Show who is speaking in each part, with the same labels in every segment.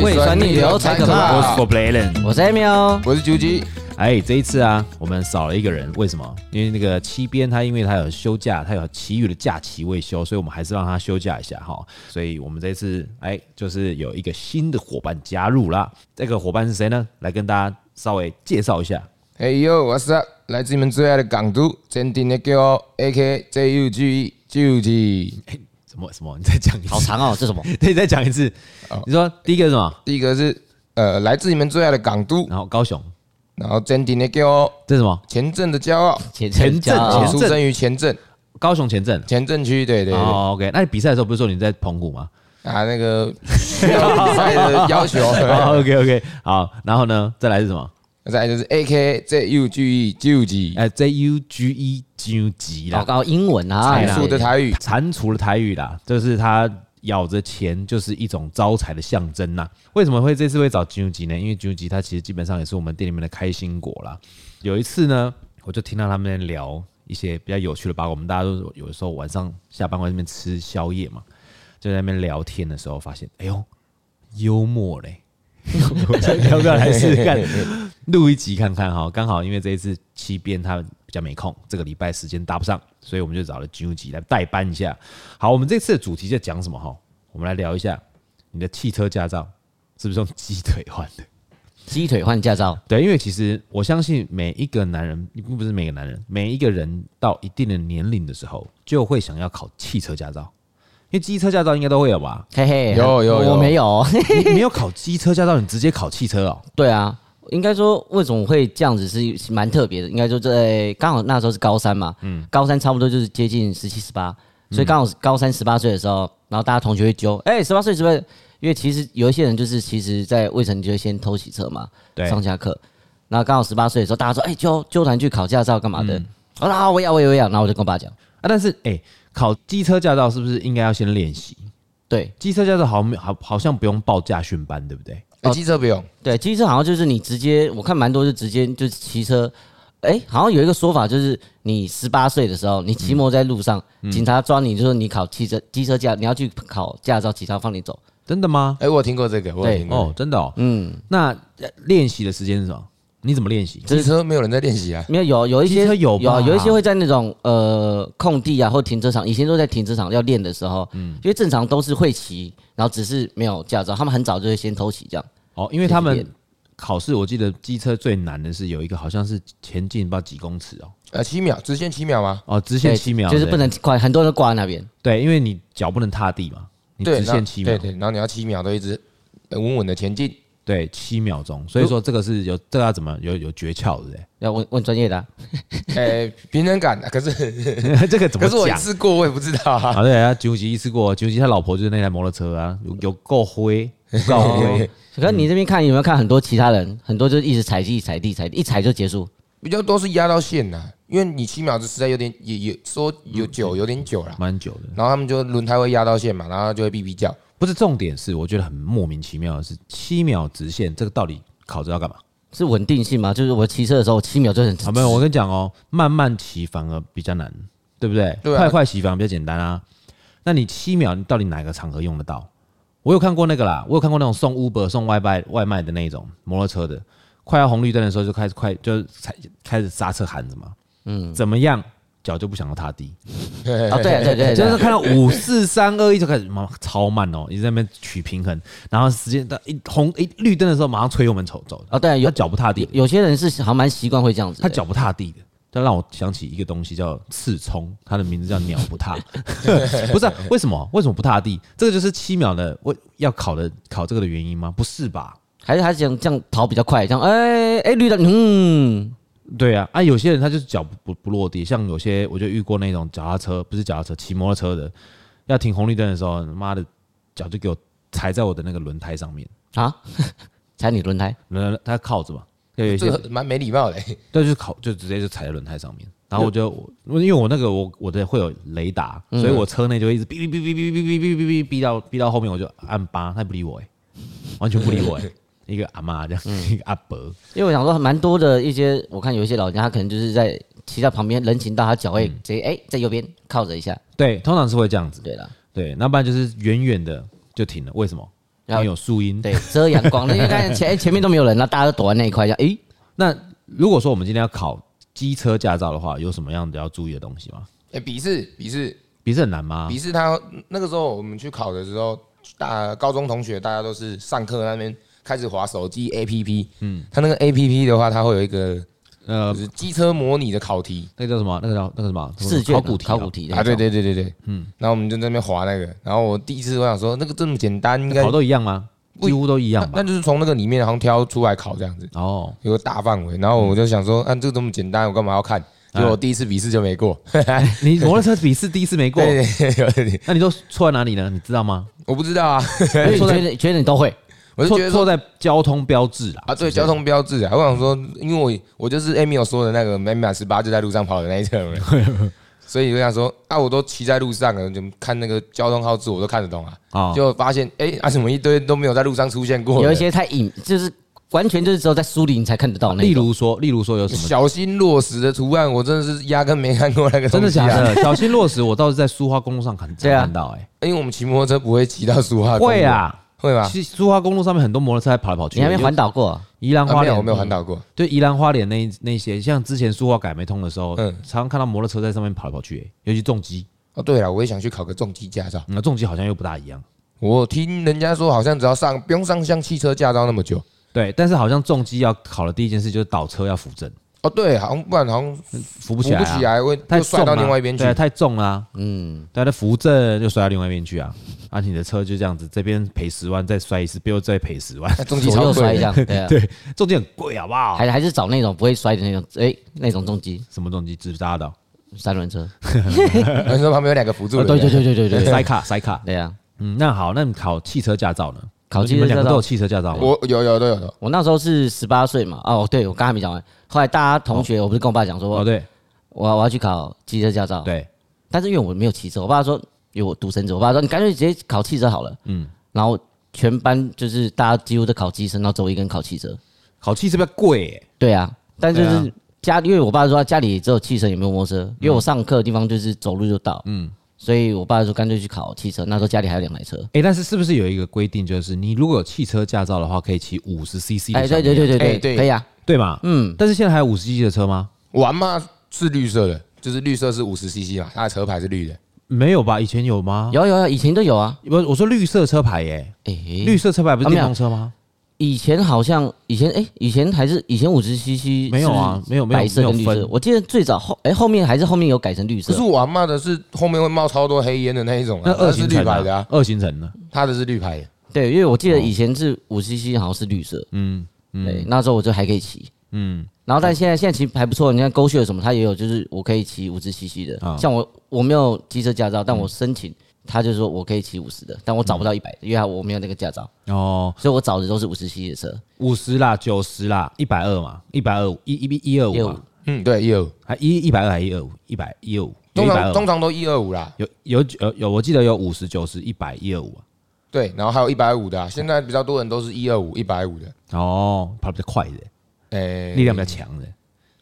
Speaker 1: 有才可怕
Speaker 2: 我是 For Bladen，
Speaker 1: 我是 Emil，
Speaker 3: 我是九吉，
Speaker 2: 哎，这一次啊，我们少了一个人，为什么？因为那个七边他因为他有休假，他有其余的假期未休，所以我们还是让他休假一下哈。所以我们这次哎，就是有一个新的伙伴加入啦。这个伙伴是谁呢？来跟大家稍微介绍一下。
Speaker 3: 哎呦，我是来自你们最爱的港都坚定的 Q A K J U G E 九吉。
Speaker 2: 什么什么？你再讲 一次？
Speaker 1: 好长 哦，这什么？
Speaker 2: 对，再讲一次。你说第一个是什么？
Speaker 3: 第一个是呃，来自你们最爱的港都，
Speaker 2: 然后高雄，
Speaker 3: 然后坚定的 Q
Speaker 2: 这是什么？
Speaker 3: 前镇的骄傲，呃
Speaker 1: 前
Speaker 2: 前阵
Speaker 1: 骄傲
Speaker 2: 啊前阵
Speaker 3: 出生于前镇
Speaker 2: 高雄前镇。
Speaker 3: 前镇区，对对对，
Speaker 2: 哦，OK。那你比赛的时候不是说你在澎湖吗？
Speaker 3: 啊，那个 需要比赛的要求。
Speaker 2: 哦，OK OK。好，然后呢，再来是什么？
Speaker 3: 再来就是 A K J U G 九吉，
Speaker 2: 哎，J U G E G 级
Speaker 1: 搞
Speaker 2: 啦，
Speaker 1: 搞英文
Speaker 2: 哎
Speaker 1: 啊，
Speaker 3: 阐述的台语，
Speaker 2: 蟾蜍的台语啦，就是它咬着钱就是一种招财的象征呐。为什么会这次会找金吉 E 呢？因为金吉它其实基本上也是我们店里面的开心果啦。有一次呢，我就听到他们在聊一些比较有趣的八卦，我们大家都有时候晚上下班会在那边吃宵夜嘛，就在那边聊天的时候发现，哎呦，幽默嘞。我就要不要来试试看？录一集看看哈，刚好因为这一次七边他比较没空，这个礼拜时间搭不上，所以我们就找了金吉来代班一下。好，我们这次的主题在讲什么哈？我们来聊一下你的汽车驾照是不是用鸡腿换的？
Speaker 1: 鸡腿换驾照，
Speaker 2: 对，因为其实我相信每一个男人，并不是每个男人，每一个人到一定的年龄的时候，就会想要考汽车驾照，因为机车驾照应该都会有吧？
Speaker 1: 嘿嘿，
Speaker 3: 有有有
Speaker 1: 我没有，
Speaker 2: 你没有考机车驾照，你直接考汽车哦。
Speaker 1: 对啊，应该说为什么会这样子是是蛮特别的。应该说在刚好那时候是高三嘛，嗯，高三差不多就是接近十七十八，所以刚好是高三十八岁的时候，然后大家同学会揪，哎、十八岁是不是？因为其实有一些人就是其实，在未成年就会先偷洗车嘛，
Speaker 2: 对
Speaker 1: 上下课，然后刚好十八岁的时候，大家说，哎、揪揪团去考驾照干嘛的？我说啊，我要我要我要，然后我就跟我爸讲，
Speaker 2: 啊，但是哎、考机车驾照是不是应该要先练习？
Speaker 1: 对
Speaker 2: 机车驾照好像没好好像不用报驾训班，对不对？
Speaker 3: 哎机车不用，
Speaker 1: 对，机车好像就是你直接，我看蛮多是直接就是骑车。哎、好像有一个说法，就是你十八岁的时候，你骑
Speaker 2: 嗯
Speaker 1: 摩托在路上，警察抓你，就说你考汽车机车驾，你要去考驾照，警察放你走。
Speaker 2: 真的吗？
Speaker 3: 哎，我有听过这个，我有
Speaker 1: 对
Speaker 3: 听过
Speaker 2: 哦，，真的哦。嗯，那呃练习的时间是什么？你怎么练习？
Speaker 3: 机车没有人在练习啊，
Speaker 1: 没有有有一
Speaker 2: 机车
Speaker 1: 些
Speaker 2: 有吧
Speaker 1: 有有一些会在那种呃空地啊或停车场，以前都在停车场要练的时候，
Speaker 2: 嗯
Speaker 1: 因为正常都是会骑，然后只是没有驾照，他们很早就会先偷骑这样。
Speaker 2: 哦，因为他
Speaker 1: 练
Speaker 2: 们
Speaker 1: 习
Speaker 2: 考试，我记得机车最难的是有一个好像是前进不知道几公尺哦，
Speaker 3: 呃，七秒，直线七秒吗？
Speaker 2: 哦，直线
Speaker 1: 对
Speaker 2: 七秒，
Speaker 1: 就是
Speaker 2: 对
Speaker 1: 不能快，很多人都挂在那边。
Speaker 2: 对，因为你脚不能踏地嘛，你
Speaker 3: 对，
Speaker 2: 直线
Speaker 3: 然后
Speaker 2: 七秒，
Speaker 3: 对对，然后你要七秒都一直呃稳稳的前进。
Speaker 2: 对，七秒钟。所以说这个是有这个要怎么有有诀窍的欸，
Speaker 1: 要问问专业的啊、
Speaker 3: 哎，平衡感，可是
Speaker 2: 这个怎么
Speaker 3: 可是我一
Speaker 2: 讲？
Speaker 3: 次过，我也不知道啊。
Speaker 2: 啊，对啊，九级一次过，九级他老婆就是那台摩托车啊，有有够灰，有够灰，
Speaker 1: 可是你这边看有没有看很多其他人，很多就一直踩地踩地踩地，一踩就结束。
Speaker 3: 比较多是压到线呐，因为你七秒这实在有点也也说有久有点久了，
Speaker 2: 蛮久的。
Speaker 3: 然后他们就轮胎会压到线嘛，然后就会哔哔叫。
Speaker 2: 不是重点是，我觉得很莫名其妙的是，七秒直线这个到底考着要干嘛？
Speaker 1: 是稳定性吗？就是我骑车的时候，我七秒就很
Speaker 2: 啊，没有，我跟你讲哦，慢慢骑反而比较难，对不对？
Speaker 3: 对啊
Speaker 2: 快快骑反而比较简单啊。那你七秒，你到底哪个场合用得到？我有看过那个啦，我有看过那种送 Uber 送外卖外卖的那种摩托车的，快要红绿灯的时候就开始快就踩开始刹车喊着嘛，嗯，怎么样？脚就不想要踏地，
Speaker 1: 啊， 对啊对对对，
Speaker 2: 就是看到五四三二一就开始，妈超慢哦，一直在那边取平衡，然后时间到一红一绿灯的时候马上催油门走走，
Speaker 1: 啊对啊，
Speaker 2: 他
Speaker 1: 有
Speaker 2: 脚不踏地
Speaker 1: 有，有些人是还蛮习惯会这样子的。
Speaker 2: 他脚不踏地的。这让我想起一个东西叫刺葱，它的名字叫鸟不 踏，不是、啊？为什么？为什么不踏地？这个就是七秒的，我要考的考这个的原因吗？不是吧？
Speaker 1: 还是还是想这样跑比较快，这样哎哎绿灯，嗯，
Speaker 2: 对啊，啊，有些人他就是脚不不不落地，像有些我就遇过那种脚踏车，不是脚踏车，骑摩托车的，要停红绿灯的时候，妈的脚就给我踩在我的那个轮胎上面，
Speaker 1: 啊，踩你轮胎，
Speaker 2: 轮他靠着嘛，对，有一些
Speaker 3: 这个蛮没礼貌的、欸。
Speaker 2: 对，就是考就直接就踩在轮胎上面。然后我就我因为我那个我我的会有雷达，所以我车内就会一直哔哔哔哔哔哔哔哔哔哔到哔到后面我就按八，他也不理我哎、完全不理我哎、一个阿妈这样，一个阿伯，
Speaker 1: 因为我想说蛮多的一些，我看有一些老人家他可能就是在骑在旁边人行道，他脚
Speaker 2: 嗯
Speaker 1: 会直接哎在右边靠着一下。
Speaker 2: 对，通常是会这样子。
Speaker 1: 对了，
Speaker 2: 对，那不然就是远远的就停了，为什么？因
Speaker 1: 然后
Speaker 2: 为有树荫。
Speaker 1: 对，遮阳 光的，因为刚才前哎前面都没有人，然后大家都躲在那一块，这样，诶，
Speaker 2: 那如果说我们今天要考机车驾照的话，有什么样的要注意的东西吗？
Speaker 3: 哎，笔试，笔试，
Speaker 2: 笔试很难吗
Speaker 3: 笔？试，他那个时候我们去考的时候，大高中同学大家都是上课那边开始划手机 APP，嗯，他那个 APP 的话，它会有一个
Speaker 2: 呃
Speaker 3: 就，是机车模拟的考题
Speaker 2: 那个叫什么？那个叫那个什么？
Speaker 1: 试卷啊
Speaker 2: 考古题啊。
Speaker 1: 考古题
Speaker 3: 啊，对
Speaker 1: 对
Speaker 3: 对对对对，嗯，然后我们就在那边划那个，然后我第一次我想说那个这么简单，应该
Speaker 2: 考都一样吗？
Speaker 3: 不一
Speaker 2: 几乎都一样吧。
Speaker 3: 那就是从那个里面好像挑出来考这样子，
Speaker 2: 哦，
Speaker 3: 有个大范围。然后我就想说，啊，这个这么简单，我干嘛要看？结果我第一次笔试就啊 没过，
Speaker 2: 你摩托车笔试第一次没过，
Speaker 3: 对对对有点
Speaker 2: 那你都错在哪里呢？你知道吗？
Speaker 3: 我不知道 啊，
Speaker 1: 所以你觉得觉得你都会，
Speaker 3: 我就
Speaker 2: 错
Speaker 3: 觉得
Speaker 2: 错
Speaker 3: 说
Speaker 2: 在交通标志啦。
Speaker 3: 啊，对，交通标志啊，我想说，因为我我就是 Amy 有说的那个美满十八就在路上跑的那一种人， 所以我想说，啊，我都骑在路上了，就看那个交通号志我都看得懂啊，
Speaker 2: 啊，
Speaker 3: 就发现哎、啊，怎么一堆都没有在路上出现过的，
Speaker 1: 有一些太隐，就是完全就是只有在书里你才看得到那种。
Speaker 2: 例如说，例如说有什么？
Speaker 3: 小心落实的图案，我真的是压根没看过那个
Speaker 2: 真
Speaker 3: 东
Speaker 2: 的
Speaker 3: 西
Speaker 2: 假
Speaker 3: 啊，
Speaker 2: 的？ 小心落石，我倒是在苏花公路上看
Speaker 1: 对啊
Speaker 2: 看到，哎，
Speaker 3: 因为我们骑摩托车不会骑到苏花，
Speaker 2: 会，啊。
Speaker 3: 会吗？
Speaker 2: 其实苏花公路上面很多摩托车还跑来跑去。
Speaker 1: 你还没
Speaker 2: 有
Speaker 1: 环岛过，
Speaker 2: 宜兰
Speaker 3: 啊
Speaker 2: 花
Speaker 3: 没有，
Speaker 2: 莲，嗯
Speaker 3: 我没有环岛过，
Speaker 2: 对宜兰花莲那一那些，像之前苏花改没通的时候，
Speaker 3: 嗯
Speaker 2: 常常看到摩托车在上面跑来跑去，欸尤其重机，嗯
Speaker 3: 哦，对了，我也想去考个重机驾照。
Speaker 2: 那重机好像又不大一样。
Speaker 3: 我听人家说，好像只要上不用上像汽车驾照那么久。
Speaker 2: 对，但是好像重机要考的第一件事就是倒车要扶正，
Speaker 3: 哦，对，好像不然好像扶
Speaker 2: 扶不
Speaker 3: 不
Speaker 2: 起来啊，
Speaker 3: 来，会
Speaker 2: 太
Speaker 3: 会
Speaker 2: 重
Speaker 3: 摔
Speaker 2: 了，
Speaker 3: 到另外一边去
Speaker 2: 对啊，。太重啦，
Speaker 1: 嗯，
Speaker 2: 对啊，那扶正就摔到另外一边去啊，啊，你的车就这样子，这边赔十万，再摔一次，又再赔十万，
Speaker 3: 那重机
Speaker 1: 左
Speaker 3: 超
Speaker 1: 右摔
Speaker 3: 贵
Speaker 1: 一
Speaker 3: 的，
Speaker 1: 下，对啊，
Speaker 2: 对，重机很贵好不好？
Speaker 1: 哎还还是找那种不会摔的那种，诶，那种重机
Speaker 2: 什么重机直扎的哦，
Speaker 1: 三轮车，
Speaker 3: 你说旁边有两个辅助
Speaker 1: 对
Speaker 3: 人，
Speaker 1: 哦对对对对对
Speaker 2: 塞
Speaker 1: 对，
Speaker 2: 卡塞卡，
Speaker 1: 对啊，
Speaker 2: 嗯，那好，那你考汽车驾照呢？哦
Speaker 1: 考汽
Speaker 2: 你们
Speaker 1: 车驾
Speaker 2: 两
Speaker 1: 照
Speaker 2: 个都有汽车驾照吗？
Speaker 3: 我有有都有的。
Speaker 1: 我那时候是十八岁嘛，哦，对我刚才没讲完，后来大家同学，我不是跟我爸讲说
Speaker 2: 哦，，对
Speaker 1: 我我要去考汽车驾照，
Speaker 2: 对，
Speaker 1: 但是因为我没有骑车，我爸说，因为我独生子，我爸说你干脆直接考汽车好了，嗯，然后全班就是大家几乎都考机车，然后只有我一个人考汽车，
Speaker 2: 考汽车比较贵欸，
Speaker 1: 对啊，但就
Speaker 2: 对
Speaker 1: 是家，因为我爸说他家里只有汽车，也没有摩托车，因为我上课的地方就是走路就到，嗯，所以我爸说干脆去考汽车，那时候家里还有两台车，
Speaker 2: 哎，但是是不是有一个规定，就是你如果有汽车驾照的话，可以骑五十 CC
Speaker 1: 哎，
Speaker 2: 的小摩
Speaker 1: 对对对对
Speaker 3: 哎
Speaker 1: 对，
Speaker 3: 对
Speaker 1: 可以啊，
Speaker 2: 对嘛？嗯，但是现在还有五十 CC 的车吗？
Speaker 3: 玩嘛是绿色的，就是绿色是五十 CC 嘛，它的车牌是绿的。
Speaker 2: 没有吧？以前有吗？
Speaker 1: 有有有，以前都有啊，
Speaker 2: 我我说绿色车牌耶，
Speaker 1: 哎，
Speaker 2: 绿色车牌不是
Speaker 1: 啊没有
Speaker 2: 电动车吗？
Speaker 1: 以前好像以前哎、以前还是以前五十 CC
Speaker 2: 没有啊没有没有
Speaker 1: 白色跟绿
Speaker 2: 没有
Speaker 1: 色，
Speaker 2: 分
Speaker 1: 我记得最早后哎、后面还是啊后面有改成绿色
Speaker 3: 可是，玩嘛的是后面会冒超多黑烟的那一种、啊，
Speaker 2: 那二
Speaker 3: 它是
Speaker 2: 行
Speaker 3: 绿
Speaker 2: 程
Speaker 3: 牌的
Speaker 2: 呢
Speaker 3: 啊？，
Speaker 2: 二行程呢？
Speaker 3: 它的是绿牌的。
Speaker 1: 对，因为我记
Speaker 2: 哦
Speaker 1: 得以前是五十 CC 好像是绿色，嗯，对，那时候我就还可以骑，嗯，然后但现在现在其实还不错，你看勾血什么，它也有就是我可以骑五十 CC 的，
Speaker 2: 啊嗯
Speaker 1: 像我我没有机车驾照，但我申请。他就说我可以骑五十的，但我找不到一百的，因为我没有那个驾照，
Speaker 2: 哦，
Speaker 1: 所以我找的都是五十 CC 的车。
Speaker 2: 五十啦，九十啦，一百二嘛，一百二五，一一一二五嘛，
Speaker 3: 嗯，对，一二五，
Speaker 2: 还一一百二还一二五，一百一二五，有
Speaker 3: 通
Speaker 2: 一百二
Speaker 3: 常通常都一二五啦。
Speaker 2: 有有有有，我记得有五十九十一百一二五啊。
Speaker 3: 对，然后还有一百五的、啊，现在比较多人都是一二五、一百五的，
Speaker 2: 哦，跑得比较快的，
Speaker 3: 诶、
Speaker 2: 力量比较强的。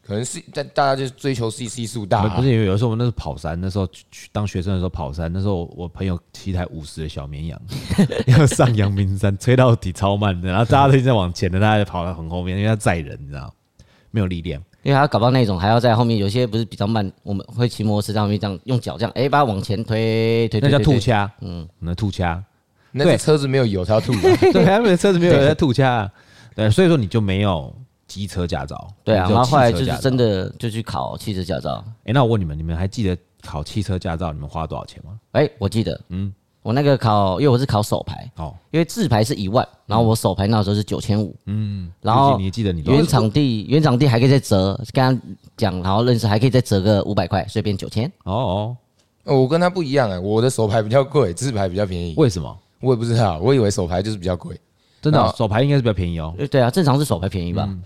Speaker 3: 可能是但大家就是追求 CC 数大、
Speaker 2: 我
Speaker 3: 啊，
Speaker 2: 不是有有时候我们那时候跑山，那时候去去当学生的时候跑山，那时候我朋友骑台五十的小绵羊， 要上阳明山，吹到底超慢的，然后大家都一直在往前的，他还跑到很后面，因为他载人，你知道，没有力量。
Speaker 1: 因为他搞不到那种，还要在后面有些不是比较慢，我们会骑摩托车在后面这样用脚这样，哎、把它往前推推推，
Speaker 2: 那叫
Speaker 1: 推
Speaker 2: 吐
Speaker 1: 推
Speaker 2: 掐，嗯，那吐掐，
Speaker 3: 那
Speaker 2: 对
Speaker 3: 是车子没有油，它要吐 的。啊
Speaker 2: 对，他们的车子没有人在吐掐啊，对，所以说你就没有机车驾照，
Speaker 1: 对啊，
Speaker 2: 你只有
Speaker 1: 然后后来就是
Speaker 2: 汽车驾照
Speaker 1: 真，的就去考汽车驾照，
Speaker 2: 哎，那我问你们，你们还记得考汽车驾照你们花多少钱吗？
Speaker 1: 哎、我记得，嗯，我那个考，因为我是考手牌，
Speaker 2: 哦，
Speaker 1: 因为自牌是一万，
Speaker 2: 嗯
Speaker 1: 然后我手牌那时候是九千五，嗯，然后
Speaker 2: 你记得你多哦
Speaker 1: 原场地原场地还可以再折，刚刚讲，然后认识还可以再折个五百块，所以变九千。
Speaker 2: 哦哦，
Speaker 3: 我跟他不一样啊，我的手牌比较贵，自牌比较便宜。
Speaker 2: 为什么？
Speaker 3: 我也不知道，我以为手牌就是比较贵。
Speaker 2: 真的哦、
Speaker 3: 那
Speaker 1: 啊
Speaker 2: 手牌应该是比较便宜哦。
Speaker 1: 呃对啊，正常是手牌便宜吧？
Speaker 2: 嗯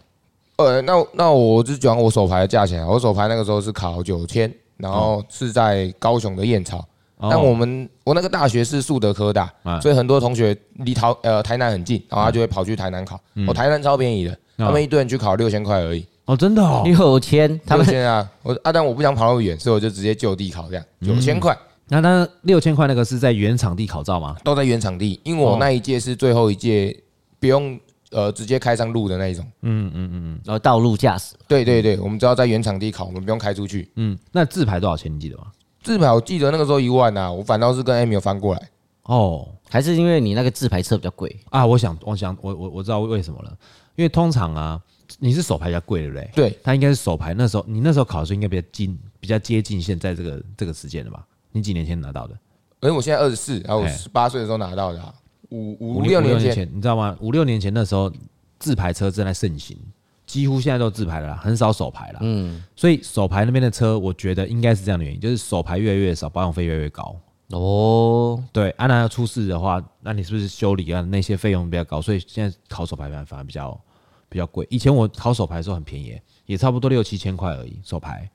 Speaker 3: 呃，那那我就讲我手牌的价钱啊。我手牌那个时候是考九千，然后是在高雄的燕巢。
Speaker 2: 哦
Speaker 3: 但我们我那个大学是树德科大，
Speaker 2: 嗯
Speaker 3: 所以很多同学离桃呃台南很近，然后他就会跑去台南考。我、台南超便宜的，他们一堆人去考六千块而已。
Speaker 2: 哦，真的哦，
Speaker 1: 六千，
Speaker 3: 他
Speaker 1: 他
Speaker 3: 们
Speaker 1: 们
Speaker 3: 现在啊，我啊，但我不想跑那么远，所以我就直接就地考这样，九千块。
Speaker 2: 那当然六千块那个是在原场地考照吗？
Speaker 3: 都在原场地，因为
Speaker 2: 哦
Speaker 3: 我那一届是最后一届，不用呃直接开上路的那一种。
Speaker 1: 然后道路驾驶
Speaker 3: 对对对，我们只要在原场地考，我们不用开出去。
Speaker 2: 嗯，那自排多少钱你记得吗？
Speaker 3: 自牌我记得那个时候一万啊，我反倒是跟 Amy 有翻过来，
Speaker 2: 哦
Speaker 1: 还是因为你那个自排车比较贵，
Speaker 2: 啊，我想我想我我我知道为什么了，因为通常啊你是手排比较贵对不对？
Speaker 3: 对，
Speaker 2: 他应该是手排那时候你那时候考的时候应该比较近比较接近现在这个这个时间的吧？你几年前拿到的？
Speaker 3: 而我现在二十四，然后我
Speaker 2: 哎
Speaker 3: 十八岁的时候拿到的、啊，五五
Speaker 2: 五
Speaker 3: 六年前
Speaker 2: 前，你知道吗？五六年前那时候自排车正在盛行，几乎现在都自排了啦，很少手排了。嗯，所以手排那边的车，我觉得应该是这样的原因，就是手排越来越少，保养费越来越高。
Speaker 1: 哦，
Speaker 2: 对，啊，那要出事的话，那你是不是修理啊那些费用比较高？所以现在考手排反而比较比较贵。以前我考手排的时候很便宜，也差不多六七千块而已手排。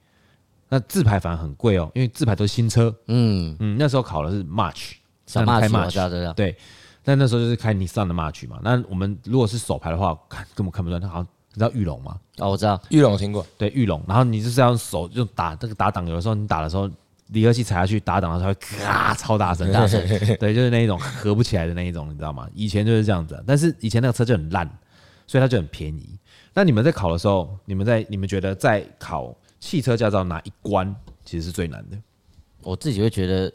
Speaker 2: 那自排反而很贵哦，因为自排都是新车。
Speaker 1: 嗯，
Speaker 2: 嗯，那时候考的是 March，
Speaker 1: 小
Speaker 2: 那
Speaker 1: 马
Speaker 2: 开
Speaker 1: 我
Speaker 2: March
Speaker 1: 知道知道，
Speaker 2: 对，啊但那时候就是开尼桑的 March 嘛。那我们如果是手排的话，看根本看不出来。它好像你知道玉龙吗？
Speaker 1: 哦，我知道，
Speaker 3: 玉龙我听过，
Speaker 2: 对，玉龙。然后你就是要用手就打这个打档，有的时候你打的时候，离合器踩下去打档的时候，它会咔超大声， 大声。对，就是那一种合不起来的那一种，你知道吗？以前就是这样子啊，但是以前那个车就很烂，所以它就很便宜。那你们在考的时候，你们在你们觉得在考汽车驾照哪一关其实是最难的
Speaker 1: 我自己会觉得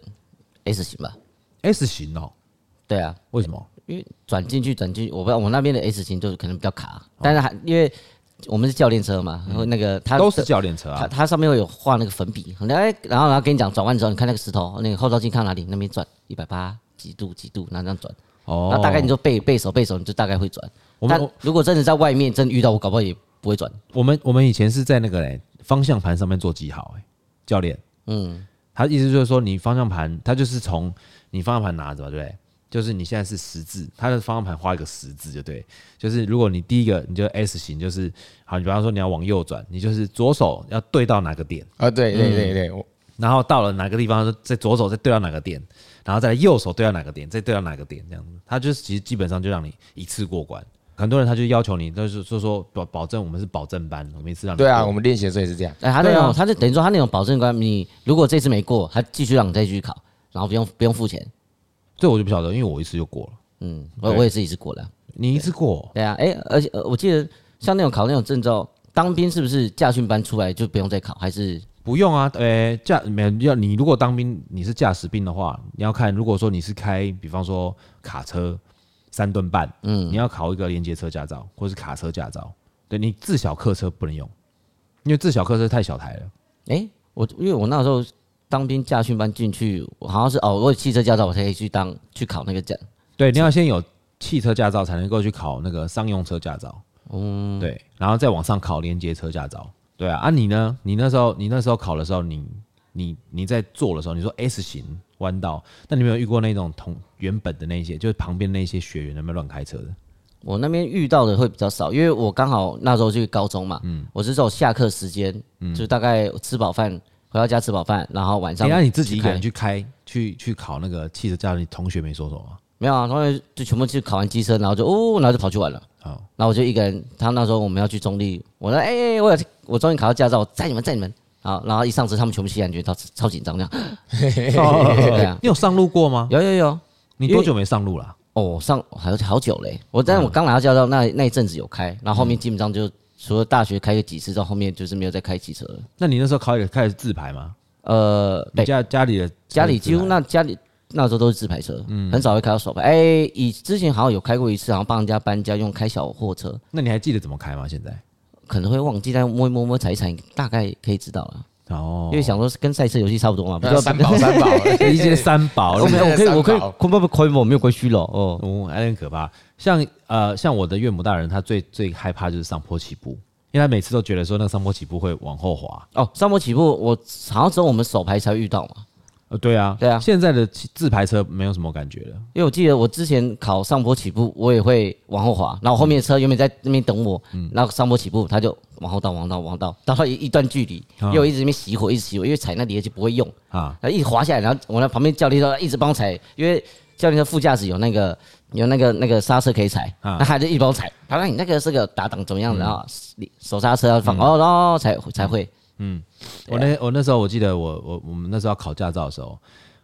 Speaker 1: S 型吧，
Speaker 2: ？S 型哦，
Speaker 1: 对啊，
Speaker 2: 为什么？
Speaker 1: 因为转进去转进去，我不知道我那边的 S 型就是可能比较卡，但是还因为我们是教练车嘛，然后那个它
Speaker 2: 都是教练车啊
Speaker 1: 它。它上面会有画那个粉笔，然后哎，然后然后跟你讲转弯之后，你看那个石头，那个后照镜看哪里，那边转一百八几度几度，然后这样转，
Speaker 2: 哦
Speaker 1: 然后大概你就背背手背手，你就大概会转。
Speaker 2: 我们
Speaker 1: 但如果真的在外面真的遇到，我搞不好也不会转。
Speaker 2: 我们我们以前是在那个嘞方向盘上面做记号、欸，教练，
Speaker 1: 嗯，
Speaker 2: 他意思就是说你方向盘，它就是从你方向盘拿着嘛，对不对？就是你现在是十字，它的方向盘画一个十字就对，就是如果你第一个你就 S 型，就是好，你比方说你要往右转，你就是左手要对到哪个点，
Speaker 3: 啊，对对对对，我
Speaker 2: 然后到了哪个地方，再左手再对到哪个点，然后再来右手对到哪个点，再对到哪个点，这样子，他就是其实基本上就让你一次过关。很多人他就要求你，就是就说保保证我们是保证班，我们一次让你
Speaker 3: 对啊，
Speaker 2: 过
Speaker 3: 我们练习的时候也是这样，
Speaker 1: 哎，他那
Speaker 2: 对
Speaker 1: 种，
Speaker 2: 啊
Speaker 1: 他就等于说他那种保证官，你如果这次没过，他继续让你再继续考，然后不用不用付钱。
Speaker 2: 这我就不晓得，因为我一次就过了。
Speaker 1: 嗯，我
Speaker 2: 对
Speaker 1: 我也是一次过了。
Speaker 2: 你一次过，
Speaker 1: 对啊，哎、而且、呃、我记得像那种考那种证照，当兵是不是驾训班出来就不用再考？还是
Speaker 2: 不用啊？呃，驾没有要你如果当兵你是驾驶兵的话，你要看如果说你是开，比方说卡车三吨半，嗯，你要考一个连接车驾照或是卡车驾照，对你自小客车不能用，因为自小客车太小台了。
Speaker 1: 哎、我因为我那时候当兵驾训班进去，我好像是哦，我有汽车驾照，我才可以去当去考那个证。
Speaker 2: 对，你要先有汽车驾照才能够去考那个商用车驾照。
Speaker 1: 哦
Speaker 2: 嗯，对，然后再往上考连接车驾照。对啊，啊你呢？你那时候你那时候考的时候，你你你在做的时候，你说 S 型弯道，那你有没有遇过那种同原本的那些，就是旁边那些学员有没有乱开车的？
Speaker 1: 我那边遇到的会比较少，因为我刚好那时候去高中嘛，
Speaker 2: 嗯
Speaker 1: 我是走下课时间，就大概吃饱饭回到家吃饱饭，然后晚上
Speaker 2: 哎你让你自己一个
Speaker 1: 去
Speaker 2: 人
Speaker 1: 开
Speaker 2: 去开去去考那个汽车驾照，你同学没说什么吗？
Speaker 1: 没有啊，他们就全部去考完机车，然后就哦，然后就跑去玩了。
Speaker 2: 好
Speaker 1: 然后我就一个人，他那时候我们要去中立，我说哎、哎我有我终于考到驾照，我载你们载你们。好，然后一上车，他们全部系安全套，超超紧张这样。 对啊
Speaker 2: 你有上路过吗？
Speaker 1: 有有有，
Speaker 2: 你多久没上路了、啊
Speaker 1: 哦，上好好久嘞、我但我刚拿到驾照那那一阵子有开，然后后面基本上就除了大学开个几次之后，后面就是没有再开汽车了。
Speaker 2: 那你那时候考也开始自排吗？
Speaker 1: 呃，
Speaker 2: 你
Speaker 1: 对，
Speaker 2: 家家里的啊
Speaker 1: 家里几乎
Speaker 2: 那。
Speaker 1: 那家里那时候都是自排车，很少会开到手排。哎、以之前好像有开过一次，好像帮人家搬家用开小货车，
Speaker 2: 那你还记得怎么开吗？现在？
Speaker 1: 可能会忘记，但摸一摸摸踩一踩，大概可以知道了。
Speaker 2: 哦
Speaker 1: 因为想说是跟赛车游戏差不多嘛，不
Speaker 3: 那
Speaker 1: 知道
Speaker 3: 啊三宝三宝，
Speaker 2: 一些三宝，
Speaker 1: 我没有，我可以，我可以
Speaker 3: 三宝，
Speaker 1: 坤爸爸可以吗？没有关系了哦。
Speaker 2: 哦，还很可怕。像呃，像我的岳母大人，她最最害怕就是上坡起步，因为她每次都觉得说那个上坡起步会往后滑。
Speaker 1: 哦，上坡起步，我好像只有我们手牌才会遇到嘛，
Speaker 2: 呃，对啊，
Speaker 1: 对啊
Speaker 2: 现在的骑自排车没有什么感觉了。
Speaker 1: 因为我记得我之前考上坡起步，我也会往后滑，然后后面的车原本在那边等我，
Speaker 2: 嗯
Speaker 1: 然后上坡起步他就往后倒，往后倒，往后倒，倒到一一段距离，因为我一直在那边熄火，一直熄火，因为踩那离合器不会用，
Speaker 2: 啊，
Speaker 1: 然后一滑下来，然后我那旁边教练说一直帮我踩，因为教练的副驾驶有那个有那个那个刹车可以踩，
Speaker 2: 啊嗯
Speaker 1: 那他就一直帮我踩。他说哎你那个是个打档怎么样？然后你手刹车要放，哦，然后才才会。
Speaker 2: 我那我那时候我记得我我我们那时候要考驾照的时候，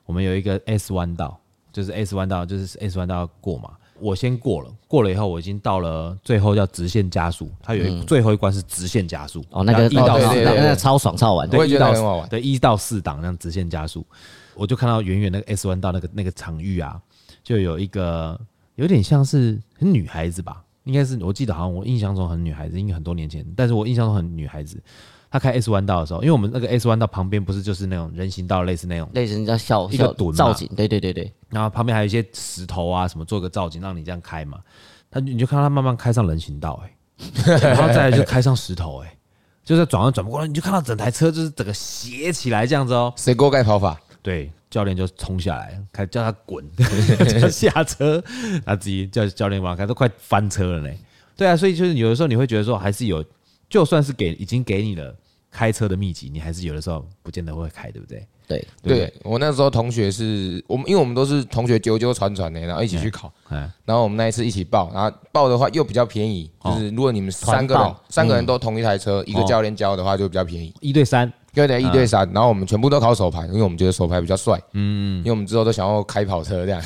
Speaker 2: 我们有一个 S 弯道，就是 S 弯道，就是 S 弯道要过嘛。我先过了，过了以后我已经到了最后叫直线加速，它有一、最后一关是直线加速
Speaker 1: 哦，那个
Speaker 2: 一到
Speaker 1: 那
Speaker 2: 四
Speaker 1: 个
Speaker 3: 对对
Speaker 1: 那个
Speaker 3: 对
Speaker 1: 那个超爽超好玩的
Speaker 3: 我
Speaker 2: 对，一
Speaker 3: 也觉得
Speaker 2: 到
Speaker 3: 很好玩
Speaker 2: 对，一到四档那样直线加速，我就看到远远那个 S 弯道那个那个场域啊，就有一个有点像是很女孩子吧，应该是我记得好像我印象中很女孩子，应该很多年前，但是我印象中很女孩子。她开 S 弯道的时候，因为我们那个 S 弯道旁边不是就是那种人行道，类似那种，
Speaker 1: 类似人家笑
Speaker 2: 一个
Speaker 1: 笑
Speaker 2: 盾啊嘛
Speaker 1: 造景，对对对对，
Speaker 2: 然后旁边还有一些石头啊什么做个造景，让你这样开嘛。他你就看到他慢慢开上人行道、欸，然后再来就开上石头、欸，就是转弯转不过来，你就看到整台车就是整个斜起来这样子哦、
Speaker 3: 谁锅盖跑法？
Speaker 2: 对，教练就冲下来，开叫他 滚，就下车，他自己叫教练往开，都快翻车了呢。对啊，所以就是有的时候你会觉得说，还是有，就算是给已经给你了开车的秘籍，你还是有的时候不见得会开，对不对？
Speaker 1: 对，
Speaker 2: 对不
Speaker 3: 对我那时候同学是我们，因为我们都是同学揪揪传传的，然后一起去考，
Speaker 2: 嗯，
Speaker 3: 然后我们那一次一起报，然后报的话又比较便宜，就是如果你们三个
Speaker 1: 团
Speaker 3: 人
Speaker 1: 报
Speaker 3: 三个人都同一台车，一个
Speaker 2: 哦
Speaker 3: 教练教的话就比较便宜，
Speaker 2: 一对三，
Speaker 3: 嗯对对，一对三，然后我们全部都考手牌，因为我们觉得手牌比较帅， 嗯，因为我们之后都想要开跑车这样，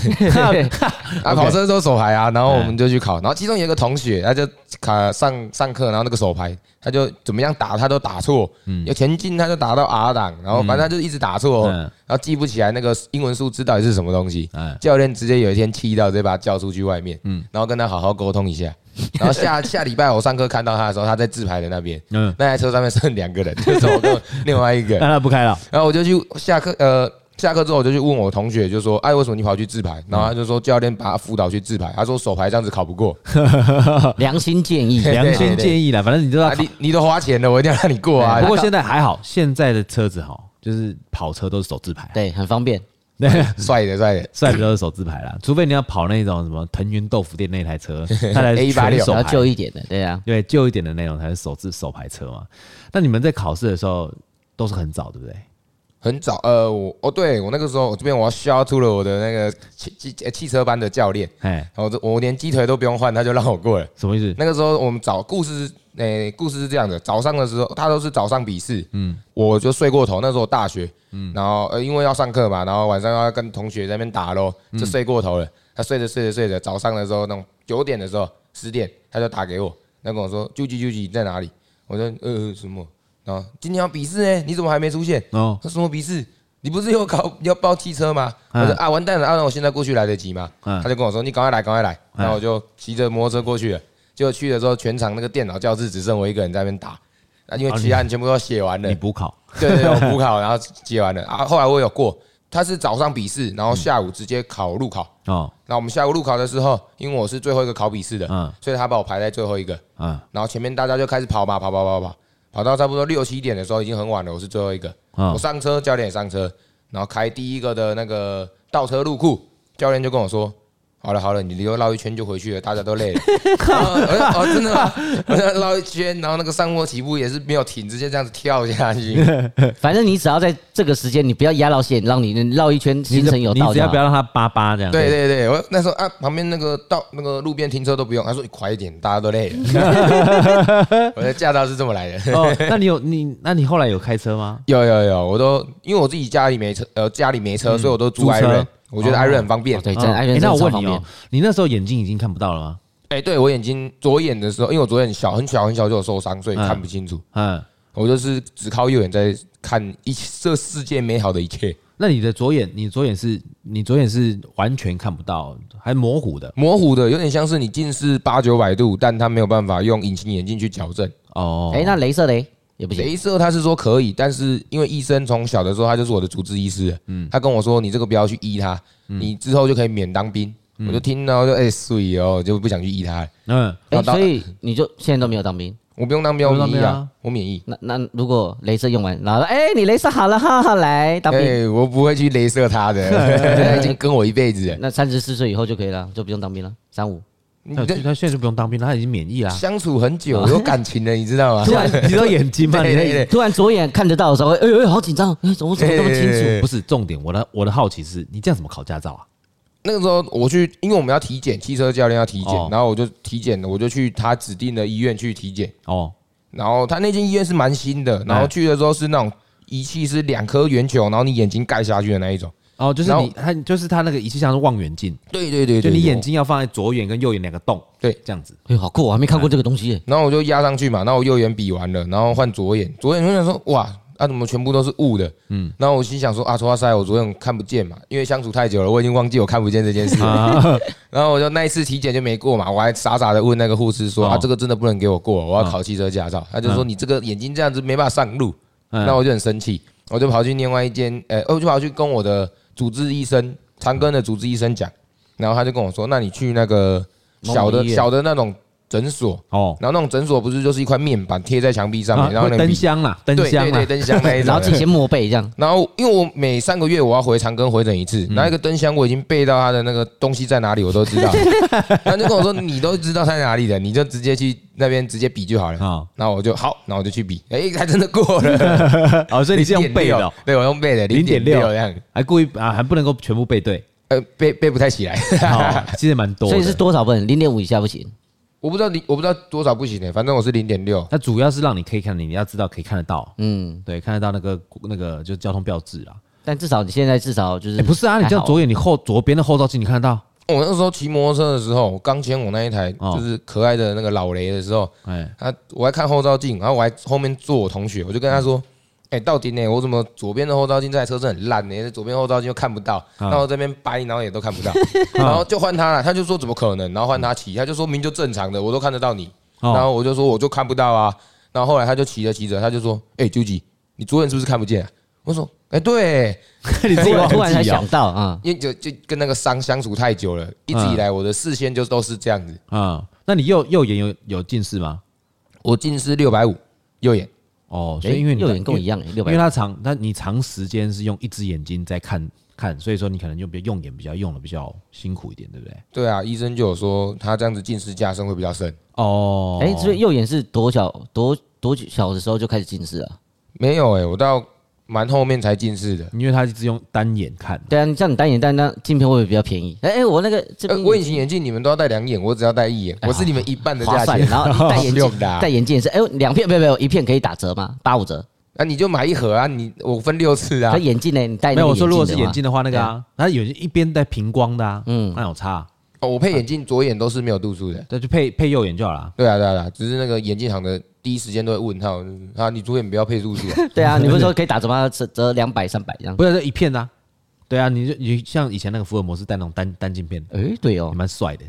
Speaker 3: 啊，跑车都手牌啊，然后我们就去考，然后其中有一个同学，他就卡上上课，然后那个手牌他就怎么样打他都打错，要前进他就打到 R 档，然后反正他就一直打错，
Speaker 2: 嗯
Speaker 3: 然后记不起来那个英文数字到底是什么东西，
Speaker 2: 嗯，
Speaker 3: 教练直接有一天气到，直接把他叫出去外面，哎嗯，然后跟他好好沟通一下。然后 下下礼拜我上课看到他的时候，他在自排的那边，
Speaker 2: 嗯
Speaker 3: 嗯，那台车上面剩两个人，就是我 跟另外一个，
Speaker 2: 当然不开 了。
Speaker 3: 然后我就去下课，呃，下课之后我就去问我同学，就说，哎，为什么你跑去自排？然后他就说教练把他辅导去自排，他说手牌这样子考不过，
Speaker 1: 良心建议，
Speaker 2: 良
Speaker 3: 对
Speaker 2: 心
Speaker 3: 对对
Speaker 2: 建议啦，反正你知道
Speaker 3: 啊，。你你都花钱了，我一定要让你过 啊
Speaker 2: 不。过现在还好，现在的车子哈，就是跑车都是手自排，
Speaker 1: 对，很方便，
Speaker 2: 对，
Speaker 3: 帅的帅的，
Speaker 2: 帅的都是手自排啦。除非你要跑那种什么藤原豆腐店那台车，它才是
Speaker 3: A86
Speaker 2: 全手
Speaker 1: 比
Speaker 2: 排
Speaker 1: 较旧，一点的，对啊，
Speaker 2: 对，旧一点的那种才是手自手排车嘛。那你们在考试的时候都是很早，对不对？
Speaker 3: 很早，呃，我哦，对我那个时候，我这边我要 shout to 了我的那个汽汽呃汽车班的教练，
Speaker 2: 哎，
Speaker 3: 然后我我连鸡腿都不用换，他就让我过了。
Speaker 2: 什么意思？
Speaker 3: 那个时候我们早故事是，诶、故事是这样的：早上的时候，他都是早上笔试，嗯，我就睡过头。那时候我大学，嗯，然后呃，因为要上课嘛，然后晚上要跟同学在那边打咯，就睡过头了。他睡着睡着睡着，早上的时候那种九点的时候，十点他就打给我，他跟我说：“啾啾啾啾，你在哪里？”我说：“呃，什么？”然后今天要笔试欸呢，你怎么还没出现？
Speaker 2: 哦，
Speaker 3: 他说什么笔试？你不是有考要报汽车吗？
Speaker 2: 嗯
Speaker 3: 我说啊，完蛋了，啊，那我现在过去来得及吗？
Speaker 2: 嗯
Speaker 3: 他就跟我说你赶快来，赶快来。
Speaker 2: 嗯
Speaker 3: 然后我就骑着摩托车过去了。结果去的时候，全场那个电脑教室只剩我一个人在那边打。啊，因为其他人全部都写完了
Speaker 2: 啊你，补考
Speaker 3: 对对对，我补考，然后写完了啊。后来我有过，他是早上笔试，然后下午直接考路考。
Speaker 2: 哦，
Speaker 3: 那我们下午路考的时候，因为我是最后一个考笔试的，
Speaker 2: 嗯
Speaker 3: 所以他把我排在最后一个。
Speaker 2: 嗯
Speaker 3: 然后前面大家就开始跑嘛，跑跑跑跑跑，跑到差不多六七点的时候已经很晚了，我是最后一个。我
Speaker 2: 嗯，
Speaker 3: 上车，教练也上车，然后开第一个的那个倒车入库，教练就跟我说：“好了好了，你又绕一圈就回去了，大家都累了。然后”我说：“哦，真的吗？”我说绕一圈，然后那个上坡起步也是没有停，直接这样子跳下去。
Speaker 1: 反正你只要在这个时间，你不要压到线，让你绕一圈
Speaker 2: 你
Speaker 1: 行
Speaker 2: 只
Speaker 1: 程有
Speaker 2: 你
Speaker 1: 到
Speaker 2: 只
Speaker 1: 就
Speaker 2: 要不要
Speaker 1: 好。
Speaker 2: 让它叭叭这样。
Speaker 3: 对，对对，我那时候啊，旁边那个道那个路边停车都不用，他说：“你快一点，大家都累了。”我的驾照是这么来的。
Speaker 2: 哦，那你有你那你后来有开车吗？
Speaker 3: 有有有，我都因为我自己家里没车，呃，家里没车，所以我都租
Speaker 2: 租车
Speaker 3: Iron，我觉得
Speaker 2: 哦
Speaker 3: Iron 很方便
Speaker 1: 哦。对，
Speaker 2: 哦
Speaker 1: 真的，爱
Speaker 2: 诶
Speaker 1: 人
Speaker 2: 那
Speaker 1: 真
Speaker 2: 我
Speaker 1: 的超
Speaker 2: 问
Speaker 1: 方
Speaker 2: 你哦
Speaker 1: 便。，
Speaker 2: 你那时候眼睛已经看不到了吗？
Speaker 3: 哎、对我眼睛左眼的时候，因为我左眼小很小很小就有受伤，所以
Speaker 2: 嗯
Speaker 3: 看不清楚。
Speaker 2: 嗯，
Speaker 3: 我就是只靠右眼在看一这世界美好的一切，
Speaker 2: 那你的左眼，你左眼是，你左眼是完全看不到，还模糊的
Speaker 3: 模糊的有点像是你近视八九百度，但它没有办法用隐形眼镜去矫正。
Speaker 2: 哦。
Speaker 1: 哎，那镭射嘞也不行，
Speaker 3: 镭射他是说可以，但是因为医生从小的时候他就是我的主治医师，嗯，他跟我说你这个不要去医他，你之后就可以免当兵。我就听到就哎碎哦，就不想去医他了。
Speaker 2: 嗯，
Speaker 1: 哎，
Speaker 3: 那当
Speaker 1: 所以你就现在都没有当兵。
Speaker 3: 我不用当兵，
Speaker 2: 不
Speaker 3: 我
Speaker 2: 用当
Speaker 3: 免疫
Speaker 2: 兵啊
Speaker 3: 啊，我免疫。
Speaker 1: 那那如果镭射用完，然后哎，你镭射好了，哈哈，来当兵。
Speaker 3: 哎，我不会去镭射他的，他已经跟我一辈子了。
Speaker 1: 那三十四岁以后就可以了，就不用当兵了。三五，
Speaker 3: 你
Speaker 2: 他
Speaker 3: 这
Speaker 2: 他现在就不用当兵，他已经免疫啦。
Speaker 3: 相处很久，
Speaker 2: 啊
Speaker 3: 有感情了，你 知道吗？
Speaker 2: 突然提到眼睛嘛，
Speaker 3: 对
Speaker 2: 你
Speaker 3: 对
Speaker 2: 的
Speaker 3: 对
Speaker 1: 突然左眼看得到的时候，哎呦，哎好紧张，哎，怎么怎么这么清
Speaker 3: 对
Speaker 1: 楚？
Speaker 3: 对
Speaker 2: 呃不是重点，我的我的好奇是你这样怎么考驾照啊？
Speaker 3: 那个时候我去，因为我们要体检，汽车教练要体检
Speaker 2: 哦，
Speaker 3: 然后我就体检，我就去他指定的医院去体检。
Speaker 2: 哦，
Speaker 3: 然后他那间医院是
Speaker 2: 嗯
Speaker 3: 蛮新的，然后去的时候是那种仪器是两颗圆球，然后你眼睛盖下去的那一种，
Speaker 2: 哦，就是
Speaker 3: 然后
Speaker 2: 你，它就是它那个仪器像是望远镜，
Speaker 3: 对对对
Speaker 2: 就
Speaker 3: 对，
Speaker 2: 你
Speaker 3: 对
Speaker 2: 眼睛要放在左眼跟右眼两个洞，
Speaker 3: 对
Speaker 2: 这样子。
Speaker 1: 哎呦，好酷，我还没看过这个东西耶。
Speaker 3: 然后我就压上去嘛，然后我右眼比完了，然后换左眼，左眼我想说哇，啊怎么全部都是雾的？嗯，然后我心想说啊，哇塞，我左眼看不见嘛，因为相处太久了，我已经忘记我看不见这件事了。 然后我就那一次体检就没过嘛，我还傻傻的问那个护士说、
Speaker 2: 哦
Speaker 3: 啊，这个真的不能给我过，我要考汽车驾照。他就说你这个眼睛这样子没办法上路，
Speaker 2: 嗯
Speaker 3: 那我就很生气，我就跑去另外一间，呃，我就跑去跟我的主治医生，长庚的主治医生讲，然后他就跟我说，那你去那个小
Speaker 1: 某某
Speaker 3: 的
Speaker 1: 医院
Speaker 3: 小的那种诊所。
Speaker 2: 哦，
Speaker 3: 然后那种诊所不是就是一块面板贴在墙壁上
Speaker 2: 啊
Speaker 3: 面，然后那
Speaker 2: 会
Speaker 3: 个
Speaker 2: 灯
Speaker 3: 笔
Speaker 2: 箱啦，灯
Speaker 3: 对
Speaker 2: 箱啊
Speaker 3: 对
Speaker 2: 啦
Speaker 3: 对，灯箱那一
Speaker 1: 然
Speaker 3: 种
Speaker 1: 后自己。先默背这样，
Speaker 3: 然后因为我每三个月我要回长庚回诊一次，
Speaker 2: 嗯
Speaker 3: 然后一个灯箱我已经背到他的那个东西在哪里我都 知道，然后就跟我说你都知道在哪里的，你就直接去那边直接比就好了。
Speaker 2: 啊，
Speaker 3: 然后我就好，那我就去比，哎，还真的过 了。
Speaker 2: 哦，所以你是用背的哦，，
Speaker 3: 对我用背的零点
Speaker 2: 0.6
Speaker 3: 六这样，
Speaker 2: 还故意啊，还不能够全部背 对，
Speaker 3: 呃，背背不太起来，
Speaker 2: 哦其实蛮多的。
Speaker 1: 所以是多少分？零点五以下不行。
Speaker 3: 我不知道零我不知道多少不行欸的，反正我是零点六。
Speaker 2: 那主要是让你可以看，你要知道可以看得到，
Speaker 1: 嗯，
Speaker 2: 对，看得到那个那个就是交通标志啦。
Speaker 1: 但至少你现在至少就是
Speaker 3: 嗯
Speaker 2: 欸不是啊，你这样 左眼，你后左边的后照镜你看得到，
Speaker 3: 哦我那时候骑摩托车的时候，我刚牵我那一台
Speaker 2: 哦
Speaker 3: 就是可爱的那个老雷的时候，
Speaker 2: 哎，
Speaker 3: 他我还看后照镜，然后我还后面坐我同学，我就跟他
Speaker 2: 嗯
Speaker 3: 说：“哎、到底呢？我怎么左边的后照镜这台车是很烂呢？左边后照镜又看不到，
Speaker 2: 嗯
Speaker 3: 然后这边掰，然后也都看 不到，然
Speaker 2: 啊
Speaker 3: 后就换他了。他就说怎么可能？然后换他骑，他就说明就正常的，我都看得到你。然
Speaker 2: 哦，
Speaker 3: 后我就说我就看不到啊。然后后来他就骑着骑着，他就说：哎、j u j i 你左眼是不是看不见、啊？我说：哎、对，
Speaker 2: 你自己忘记
Speaker 1: 突然才
Speaker 2: 哦
Speaker 1: 想到啊，
Speaker 3: 因为就就跟那个伤相处太久了，一直以来我的视线就都是这样子，
Speaker 2: 啊，那你右右眼有有近视吗？
Speaker 3: 我近视六百五，右眼。”
Speaker 2: 哦，所
Speaker 1: 诶
Speaker 2: 以因为你
Speaker 1: 右眼跟我一
Speaker 2: 样，
Speaker 1: 样，六
Speaker 2: 因为
Speaker 1: 百
Speaker 2: 它长，那你长时间是用一只眼睛在看看，所以说你可能用比较用眼比较用的比较辛苦一点，对不对？
Speaker 3: 对啊，医生就有说他这样子近视加深会比较深。
Speaker 2: 哦，
Speaker 1: 哎，所以右眼是多小多多小的时候就开始近视啊了？
Speaker 3: 没有哎、我到蛮后面才近视的。
Speaker 2: 因为它是用单眼看，
Speaker 1: 对啊，你像你单眼但那镜片会不会比较便宜？哎哎，我那个这
Speaker 3: 呃
Speaker 1: 边，
Speaker 3: 我隐形眼镜你们都要戴两眼，我只要戴一眼，
Speaker 1: 哎
Speaker 3: 我是你们一半的
Speaker 1: 划
Speaker 3: 价
Speaker 1: 算，
Speaker 3: 钱。
Speaker 1: 然后 戴眼
Speaker 3: 六
Speaker 1: 镜
Speaker 3: 的啊
Speaker 1: 戴眼镜也是，哎，两片没有没有，一片可以打折吗？八五折。
Speaker 3: 那你就买一盒啊，你我分六次啊
Speaker 1: 可。眼镜呢？你戴
Speaker 2: 没
Speaker 1: 那
Speaker 2: 有
Speaker 1: 个
Speaker 2: 我说如果
Speaker 1: 的
Speaker 2: 是眼
Speaker 1: 话
Speaker 2: 镜的话，那个啊，它有一边带平光的啊，
Speaker 1: 嗯
Speaker 2: 那有差，
Speaker 3: 哦我配眼镜，左眼都是没有度数的。
Speaker 2: 那就配配右眼就好了。
Speaker 3: 对啊，对啊，对啊，只是那个眼镜行的第一时间都会问他就是啊，你左眼不要配度数、啊。
Speaker 1: 对啊，你 不是说可以打折吗？折折两百、三百这样。
Speaker 2: 不是这一片的、啊，对啊，你就你像以前那个福尔摩斯戴那种单单镜片，
Speaker 1: 哎，对哦
Speaker 2: 也，蛮帅的，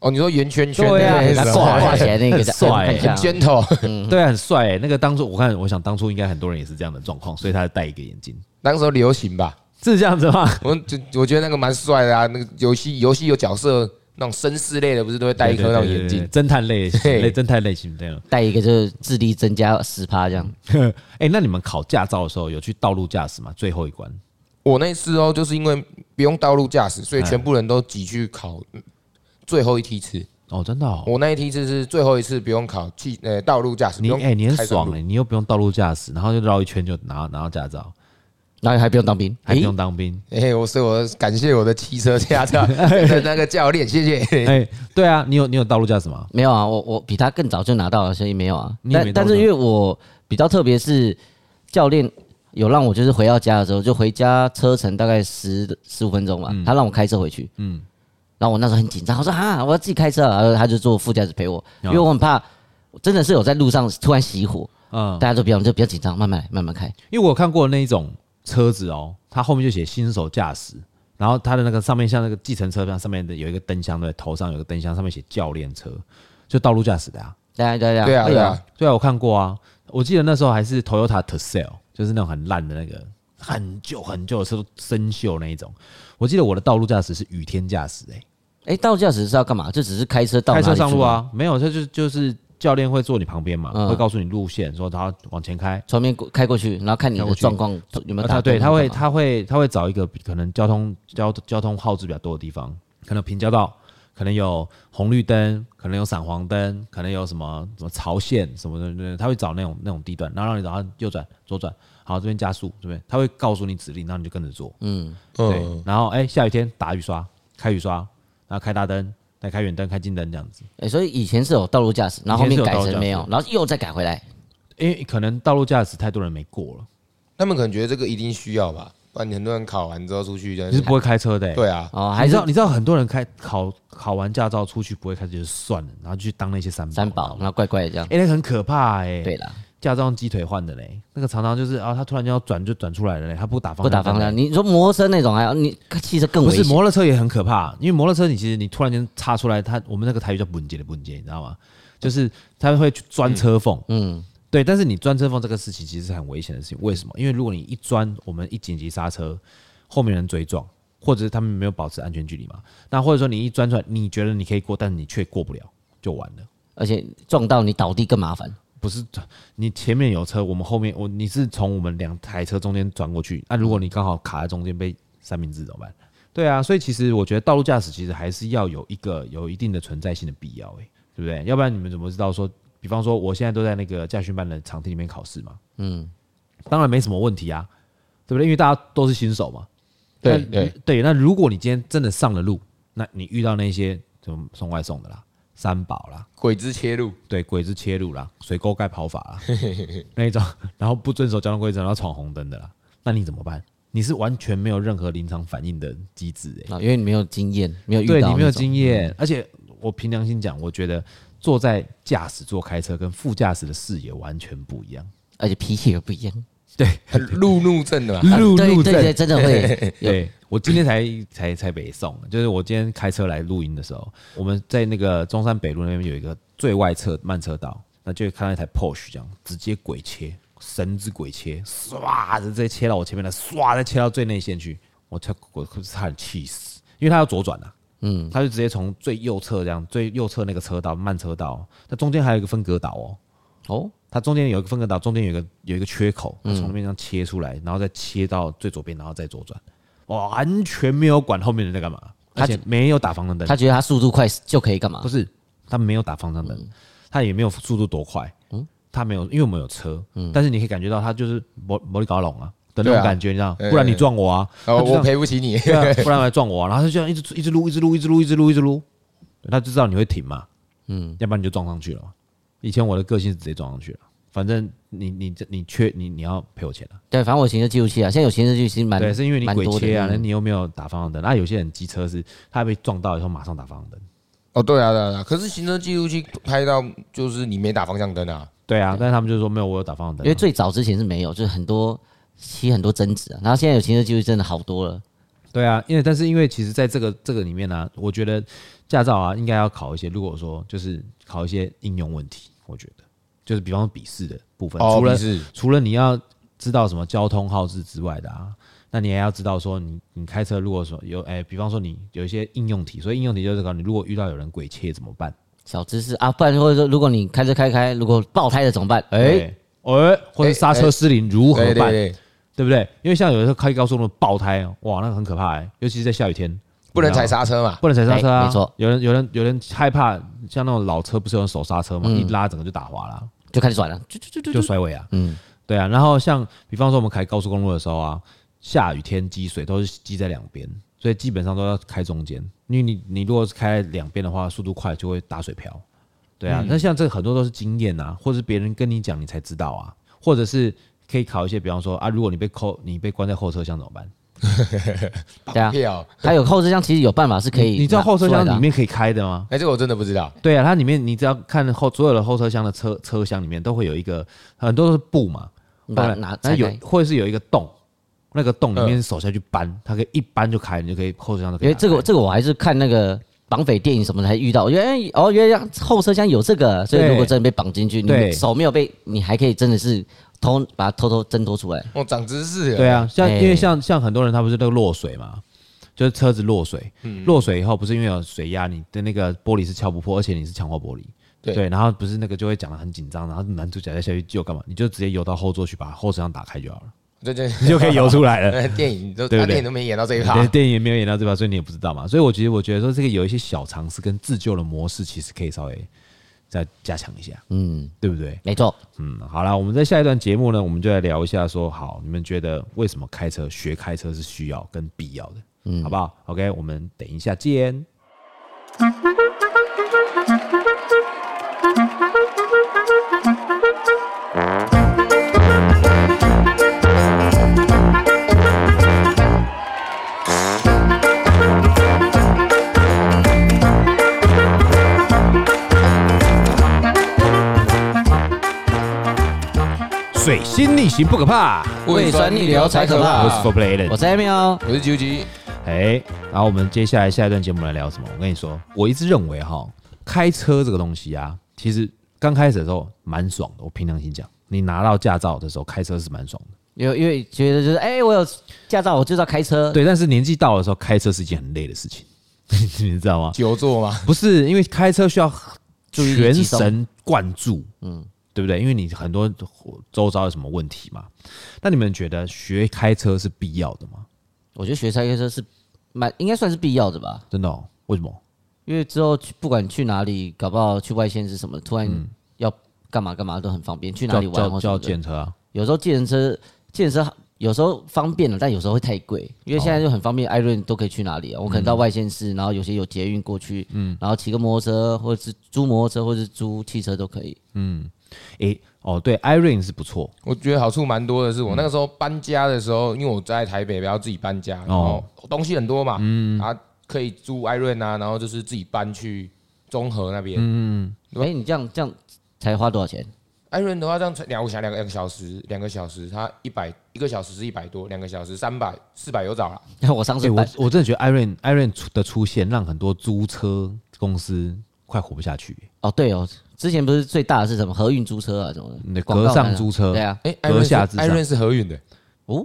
Speaker 3: 哦，你说圆圈圈的
Speaker 2: 对啊
Speaker 3: 那
Speaker 1: 给
Speaker 3: 个
Speaker 1: 它
Speaker 3: 是 吧
Speaker 1: 挂挂起来那个
Speaker 2: 很
Speaker 1: 这样
Speaker 2: 帅
Speaker 1: 看一下
Speaker 3: 很 gentle。
Speaker 1: 嗯
Speaker 2: 对啊，很帅、欸。那个当初我看，我想当初应该很多人也是这样的状况，所以他戴一个眼镜，
Speaker 3: 那个时候流行吧，
Speaker 2: 是这样子吗？
Speaker 3: 我就我觉得那个蛮帅的啊。那个游戏游戏有角色那种绅士类的，不是都会戴一颗那种
Speaker 2: 对对对
Speaker 3: 眼
Speaker 2: 对
Speaker 3: 镜？
Speaker 2: 对侦探类型
Speaker 3: 嘿
Speaker 2: 类侦探类型这样。
Speaker 1: 戴一个就是智力增加十趴这样。
Speaker 2: 哎、那你们考驾照的时候有去道路驾驶吗？最后一关
Speaker 3: 我那次哦，就是因为不用道路驾驶，所以
Speaker 2: 哎
Speaker 3: 全部人都挤去考最后一梯次。
Speaker 2: 哦，真的哦。
Speaker 3: 我那一梯次是最后一次不用考汽呃道路驾驶，不
Speaker 2: 你
Speaker 3: 用
Speaker 2: 哎、你很
Speaker 3: 开山
Speaker 2: 爽
Speaker 3: 路
Speaker 2: 哎、你又不用道路驾驶，然后就绕一圈就拿拿到驾照，
Speaker 1: 然后还不用当兵，
Speaker 2: 还不
Speaker 1: 诶
Speaker 2: 用当兵。
Speaker 3: 哎、我所以我感谢我的汽车驾 照的那个教练，谢谢。
Speaker 2: 哎、 对啊，你有你有道路驾驶吗？
Speaker 1: 没有啊，我我比他更早就拿到了，所以没有啊
Speaker 2: 你。也没
Speaker 1: 但
Speaker 2: 到
Speaker 1: 但是因为我比较特别是教练有让我就是回到家的时候，就回家车程大概十十五分
Speaker 2: 嗯
Speaker 1: 钟吧，他让我开车回去。嗯，然后我那时候很紧张，我说啊，我要自己开车啊，然后他就坐副驾驶陪
Speaker 2: 哦
Speaker 1: 我，因为我很怕真的是有在路上突然熄火，
Speaker 2: 嗯，
Speaker 1: 大家都比较就比较紧张，慢慢来，慢慢开。
Speaker 2: 因为我有看过那一种车子哦，它后面就写新手驾驶，然后它的那个上面像那个计程车上上面的有一个灯箱，对，头上有个灯箱，上面写教练车，就道路驾驶的啊。
Speaker 1: 对啊，对啊，
Speaker 3: 对啊，
Speaker 1: 会
Speaker 3: 对
Speaker 1: 有
Speaker 3: 啊，，
Speaker 2: 对啊，我看过啊，我记得那时候还是 Toyota Tercel，就是那种很烂的那个，很旧很旧的车，生锈那一种。我记得我的道路驾驶是雨天驾驶、欸，
Speaker 1: 哎，道路驾驶是要干嘛？就只是开车到
Speaker 2: 开
Speaker 1: 哪
Speaker 2: 车
Speaker 1: 里
Speaker 2: 上
Speaker 1: 去
Speaker 2: 路
Speaker 1: 吗，
Speaker 2: 啊，没有，这就就是教练会坐你旁边嘛，
Speaker 1: 嗯
Speaker 2: 会告诉你路线，说他往前开，
Speaker 1: 从面过开过去，然后看你
Speaker 2: 开过
Speaker 1: 的
Speaker 2: 去
Speaker 1: 状况有没有
Speaker 2: 啊他
Speaker 1: 打灯或干嘛。
Speaker 2: 对，他会他会他会找一个可能交通交交通耗资比较多的地方，可能平交道，可能有红绿灯，可能有闪黄灯，可能有什么什么潮线什么的对，他会找那种那种地段，然后让你找他右转左转，好这边加速这边，他会告诉你指令，然后你就跟着做，
Speaker 1: 嗯，
Speaker 2: 对
Speaker 3: 嗯，，
Speaker 2: 然后哎、下雨天打雨刷，开雨刷，然后开大灯，再开远灯，开近灯这样子，
Speaker 1: 哎、所以以前是有道路驾驶，然后后
Speaker 2: 以前是
Speaker 1: 面
Speaker 2: 有
Speaker 1: 改
Speaker 2: 道路
Speaker 1: 成没
Speaker 2: 驾
Speaker 1: 有，然后又再改回来。
Speaker 2: 因为可能道路驾驶太多人没过了。
Speaker 3: 他们可能觉得这个一定需要吧，不然很多人考完之后出去就
Speaker 2: 你是不会开车的、欸，
Speaker 3: 对啊，
Speaker 1: 哦，
Speaker 2: 你
Speaker 1: 还
Speaker 2: 知
Speaker 1: 是
Speaker 2: 道你知道很多人开考考完驾照出去不会开车就算了，然后去当那些三
Speaker 1: 三宝，那怪怪的这样。
Speaker 2: 哎、欸，那个很可怕哎、
Speaker 1: 对，啦，
Speaker 2: 驾照用鸡腿换的嘞，那个常常就是啊，他突然间要转就转出来了嘞，他不打方
Speaker 1: 不打方
Speaker 2: 向
Speaker 1: 向。你说摩托车那种还好，你汽车更
Speaker 2: 不
Speaker 1: 危
Speaker 2: 是
Speaker 1: 险。
Speaker 2: 摩托车也很可怕，因为摩托车你其实你突然间插出来，它我们那个台语叫“本节”的“本节”，你知道吗？就是它会去钻车缝，
Speaker 1: 嗯，
Speaker 2: 对。但是你钻车缝这个事情其实是很危险的事情，为什么？因为如果你一钻，我们一紧急刹车，后面人追撞，或者是他们没有保持安全距离嘛，那或者说你一钻出来，你觉得你可以过，但你却过不了，就完了。
Speaker 1: 而且撞到你倒地更麻烦。
Speaker 2: 不是你前面有车，我们后面我你是从我们两台车中间转过去，那、如果你刚好卡在中间被三明治怎么办？对啊，所以其实我觉得道路驾驶其实还是要有一个有一定的存在性的必要、欸，对不对？要不然你们怎么知道说，比方说我现在都在那个驾训班的场地里面考试嘛，嗯，当然没什么问题啊，对不对？因为大家都是新手嘛，
Speaker 3: 对
Speaker 2: 那
Speaker 3: 对，
Speaker 2: 对，那如果你今天真的上了路，那你遇到那些什么送外送的啦、三宝啦，
Speaker 3: 鬼子 切入，
Speaker 2: 对鬼子切入啦，水沟盖跑法啦， 那一种，然后不遵守交通规则，然后闯红灯的啦，那你怎么办？你是完全没有任何临场反应的机制诶、
Speaker 1: 啊，因为你没有经验，没有遇到
Speaker 2: 对你没有
Speaker 1: 那种嗯
Speaker 2: 经验，而且我凭良心讲，我觉得坐在驾驶座开车跟副驾驶的视野完全不一样。
Speaker 1: 而且脾气也不一样。
Speaker 3: 很路怒症 的嘛，
Speaker 1: 啊
Speaker 2: 路
Speaker 1: 对
Speaker 2: 怒
Speaker 1: 对
Speaker 2: 症
Speaker 1: 对，真的会有
Speaker 2: 对我今天才才才北送，就是我今天开车来录音的时候，我们在那个中山北路那边有一个最外侧慢车道，那就看到一台 Porsche 这样直接鬼切，神之鬼切，唰直接切到我前面来，唰再切到最内线去，我差我差点气死，因为他要左转啊。嗯，他就直接从最右侧这样，最右侧那个车道慢车道，那中间还有一个分隔岛哦，
Speaker 1: 哦，
Speaker 2: 它中间有一个分割岛，中间有一个有一个缺口，
Speaker 3: 嗯
Speaker 2: 它从那边这样切出来，然后再切到最左边，然后再左转，哇完全没有管后面人在干嘛，
Speaker 1: 他
Speaker 2: 而且没有打方向灯
Speaker 1: 他，觉得他速度快就可以干嘛
Speaker 2: 不？是他没有打方向
Speaker 3: 嗯
Speaker 2: 灯，他也没有速度多快，他没有，因为我们有车，但是你可以感觉到他就是摩摩力搞拢啊的那
Speaker 3: 嗯对
Speaker 2: 种
Speaker 3: 啊
Speaker 2: 感觉，你知道，
Speaker 3: 哎
Speaker 2: 不然你撞我啊，
Speaker 3: 然后
Speaker 2: 他就这
Speaker 3: 哦我
Speaker 2: 样
Speaker 3: 赔不起你，
Speaker 2: 对啊，不然来撞我、啊。然后他就这样一直一直撸，一直撸，一直撸，一直撸，一直撸，对他就知道你会停嘛，嗯，要不然你就撞上去了嘛。以前我的个性是直接撞上去了，反正你你这你缺你你要赔我钱了、
Speaker 1: 对，反正我行车记录器啊，现在有行车记录器蛮
Speaker 2: 对，是因为你
Speaker 1: 蛮
Speaker 2: 鬼
Speaker 1: 多的
Speaker 2: 切啊，
Speaker 1: 嗯
Speaker 2: 那你又没有打方向灯。那、啊有些人机车是他被撞到以后马上打方向灯，
Speaker 3: 哦，对啊，对啊，对啊可是行车记录器拍到就是你没打方向灯啊，
Speaker 2: 对啊，但是他们就说没有，我有打方向灯啊、
Speaker 1: 因为最早之前是没有，就是很多起很多争执啊，然后现在有行车记录器真的好多了。
Speaker 2: 对啊，因为但是因为其实在这个这个里面呢、我觉得驾照啊应该要考一些，如果说就是考一些应用问题，我觉得就是比方说笔试的部
Speaker 1: 哦
Speaker 2: 分，除了
Speaker 3: 是
Speaker 2: 除了你要知道什么交通号志之外的啊，那你还要知道说你你开车如果说有哎、比方说你有一些应用题，所以应用题就是搞你如果遇到有人鬼切怎么办？
Speaker 1: 小知识啊，不然或者说，如果你开车开开，如果爆胎了怎么办？哎、
Speaker 2: 哎、哎，或者刹车失灵如何
Speaker 3: 对
Speaker 2: 办？
Speaker 3: 对对，
Speaker 2: 对不对？因为像有时候开高速路爆胎，哇，那个很可怕哎、尤其是在下雨天，
Speaker 3: 不能
Speaker 2: 你知道吗
Speaker 3: 踩刹车嘛，
Speaker 2: 不能踩刹车啊！
Speaker 1: 哎没错，
Speaker 2: 有人有人有人害怕，像那种老车不是有手刹车吗？
Speaker 1: 嗯
Speaker 2: 一拉整个就打滑了，啊
Speaker 1: 就开始转了，就就就
Speaker 2: 就
Speaker 1: 就
Speaker 2: 甩尾啊。
Speaker 1: 嗯，
Speaker 2: 对啊。然后像比方说我们开高速公路的时候啊，下雨天积水都是积在两边，所以基本上都要开中间，因为你你如果是开两边的话，速度快就会打水漂。对啊，那像这个很多都是经验啊，或者是别人跟你讲你才知道啊，或者是可以考一些，比方说啊，如果你被扣，你被关在后车厢怎么办？
Speaker 1: 对啊。
Speaker 3: 票，
Speaker 1: 还有后车厢，其实有办法是可以
Speaker 2: 你知道
Speaker 1: 拿
Speaker 2: 后车
Speaker 1: 出来
Speaker 2: 厢
Speaker 1: 的啊
Speaker 2: 里面可以开的吗？
Speaker 3: 哎，这个我真的不知道，
Speaker 2: 对啊，它里面你只要看后所有的后车厢的车车厢里面都会有一个很多都是布嘛，
Speaker 1: 你把
Speaker 2: 当
Speaker 1: 它
Speaker 2: 然
Speaker 1: 拿
Speaker 2: 那
Speaker 1: 拆
Speaker 2: 有
Speaker 1: 开，因
Speaker 2: 或者是有一个洞，那个洞里面手下去扳，它可以一扳就开，你就可以后车厢就可以
Speaker 1: 为
Speaker 2: 拿开。
Speaker 1: 这个这个我还是看那个绑匪电影什么的才遇到，原来哦原来后车厢有这个，所以
Speaker 2: 对
Speaker 1: 如果真的被绑进去，
Speaker 2: 对
Speaker 1: 你手没有被，你还可以真的是偷把它偷偷挣脱出来。
Speaker 3: 我哦长知识了，
Speaker 2: 对啊，像因为
Speaker 1: 哎
Speaker 2: 像像很多人他不是那个落水嘛，就是车子落水，
Speaker 1: 嗯
Speaker 2: 落水以后不是因为有水压，你的那个玻璃是敲不破，而且你是强化玻璃。
Speaker 3: 对
Speaker 2: 然后不是那个就会讲的很紧张，然后男主角要下去救干嘛？你就直接游到后座去，把后车厢打开就 好了，
Speaker 3: 对，这这
Speaker 2: 你就可以 游出来了。
Speaker 3: 呃电影都
Speaker 2: 对不对
Speaker 3: 他电影都没演到这 一趴
Speaker 2: 对，，电影也没有演到这把，所以你也不知道嘛。所以我觉得，我觉得说这个有一些小常识跟自救的模式，其实可以稍微再加强一下，
Speaker 1: 嗯，
Speaker 2: 对不对？
Speaker 1: 没错，
Speaker 2: 嗯，好啦，我们在下一段节目呢，我们就来聊一下说，好，你们觉得为什么开车学开车是需要跟必要的，好不好？OK，我们等一下见。
Speaker 4: Thank you.
Speaker 2: 水星逆行不可怕，
Speaker 1: 胃酸逆流才可怕
Speaker 2: 我是 For p l a y
Speaker 1: 我是 Amy 哦，
Speaker 3: 我是九吉，
Speaker 2: 哎，然后我们接下来下一段节目来聊什么？我跟你说，我一直认为哈，开车这个东西啊，其实刚开始的时候蛮爽的。我凭良心讲，你拿到驾照的时候开车是蛮爽的，
Speaker 1: 有因为觉得就是哎、我有驾照，我就是要开车。
Speaker 2: 对。但是年纪到的时候，开车是一件很累的事情， 你知道吗？
Speaker 3: 久坐嘛，
Speaker 2: 不是，因为开车需要
Speaker 1: 注意力
Speaker 2: 全
Speaker 1: 集中
Speaker 2: 神贯注，嗯，对不对？因为你很多周遭有什么问题嘛。那你们觉得学开车是必要的吗？
Speaker 1: 我觉得学开车是蛮应该算是必要的吧，
Speaker 2: 真的、哦？为什么？
Speaker 1: 因为之后去不管去哪里，搞不好去外县市什么，突然要干嘛干嘛都很方便，去哪
Speaker 2: 嗯叫
Speaker 1: 里玩
Speaker 2: 叫
Speaker 1: 或什么
Speaker 2: 叫
Speaker 1: 的。
Speaker 2: 检车啊？
Speaker 1: 有时候计程车，计程车有时候方便了，但有时候会太贵，因为现在就很方便，艾润都可以去哪里
Speaker 2: 嗯
Speaker 1: 啊？我可能到外县市，然后有些有捷运过去，然后骑个摩托车，或者是租摩托车，或者是租汽车都可以。
Speaker 2: 诶、哦，对，Irene 是不错，
Speaker 3: 我觉得好处蛮多的是，我那个时候搬家的时候，因为我在台北，不要自己搬家，然后
Speaker 2: 哦
Speaker 3: 东西很多嘛，嗯，啊，可以租艾润啊，然后就是自己搬去中和那边。对
Speaker 1: 哎、你这样这样才花多少钱？
Speaker 3: 艾润的话，这样才两我想两个两个小时，两个小时，它一百一个小时是一百多，两个小时三百四百有找了。
Speaker 1: 我上
Speaker 2: 哎、
Speaker 1: 次
Speaker 2: 我
Speaker 1: 搬，
Speaker 2: 我真的觉得 Irene Irene 出的出现，让很多租车公司快活不下去。
Speaker 1: 哦对哦，之前不是最大的是什么合运租车啊什么
Speaker 2: 你的
Speaker 1: 的，广
Speaker 2: 格
Speaker 1: 告单
Speaker 2: 嗯
Speaker 1: 啊
Speaker 2: 上租车，
Speaker 1: 对啊，
Speaker 3: 哎，艾
Speaker 2: 阁
Speaker 3: 润
Speaker 2: 下之上
Speaker 3: 艾润是合运的，
Speaker 1: 哦，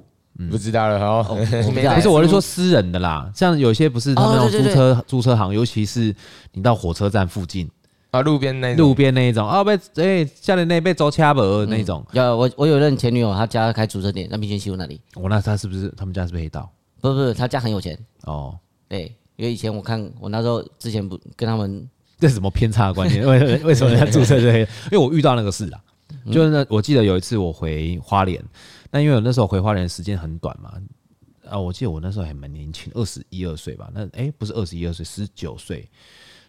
Speaker 3: 不知道了哈
Speaker 1: 哦。我不知 道
Speaker 2: 不是，我是说私人的啦，像有些不是他们那种
Speaker 1: 哦对
Speaker 2: 租
Speaker 1: 对
Speaker 2: 车、租车行，尤其是你到火车站附近、
Speaker 3: 啊，路边那种
Speaker 2: 路边那一种啊，被哎下面那被走掐脖
Speaker 1: 嗯
Speaker 2: 那一种，
Speaker 1: 要我我有任前女友，她家开租车店，在民权西路那里。
Speaker 2: 我、那他是不是他们家是不是黑道？
Speaker 1: 不是不是，她家很有钱，
Speaker 2: 哦，
Speaker 1: 对，因为以前我看我那时候之前不跟他们
Speaker 2: 这是什么偏差的观念？为为为什么人家注册是黑的？因为我遇到那个事啦，就是那我记得有一次我回花莲，那因为我那时候回花莲时间很短嘛，啊，我记得我那时候还蛮年轻，二十一二岁吧，那诶，不是二十一二岁，十九岁。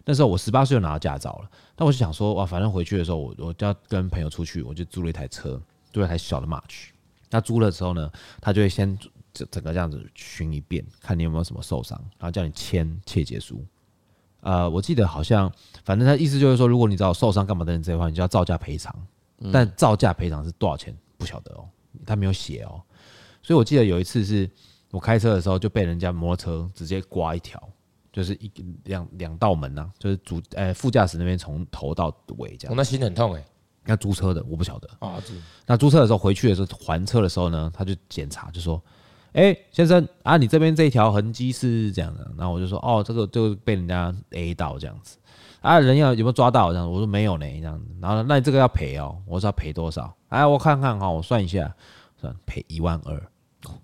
Speaker 2: 那时候我十八岁就拿到驾照了，那我就想说哇，反正回去的时候我我就要跟朋友出去，我就租了一台车，租了一台小的 March。那租了之后呢，他就会先整整个这样子巡一遍，看你有没有什么受伤，然后叫你签切结书。呃，我记得好像，反正他意思就是说，如果你找受伤干嘛等等这些话，你就要照价赔偿。但照价赔偿是多少钱不晓得哦，他没有写哦。所以我记得有一次是我开车的时候就被人家摩托车直接刮一条，就是一两两道门呐、就是主呃副驾驶那边从头到尾这
Speaker 3: 我
Speaker 2: 样。
Speaker 3: 那心很痛哎。
Speaker 2: 那租车的我不晓得，
Speaker 3: 啊，
Speaker 2: 那租车的时候回去的时候还车的时候呢，他就检查就说：“哎、先生啊，你这边这一条痕迹是这样的。”然后我就说：“哦，这个就被人家 A 到这样子啊，人要有没有抓到这样？”我说：“没有呢，这样子。”然后呢那你这个要赔哦，我说要赔多少？哎，我看看哈、我算一下，算赔一万二。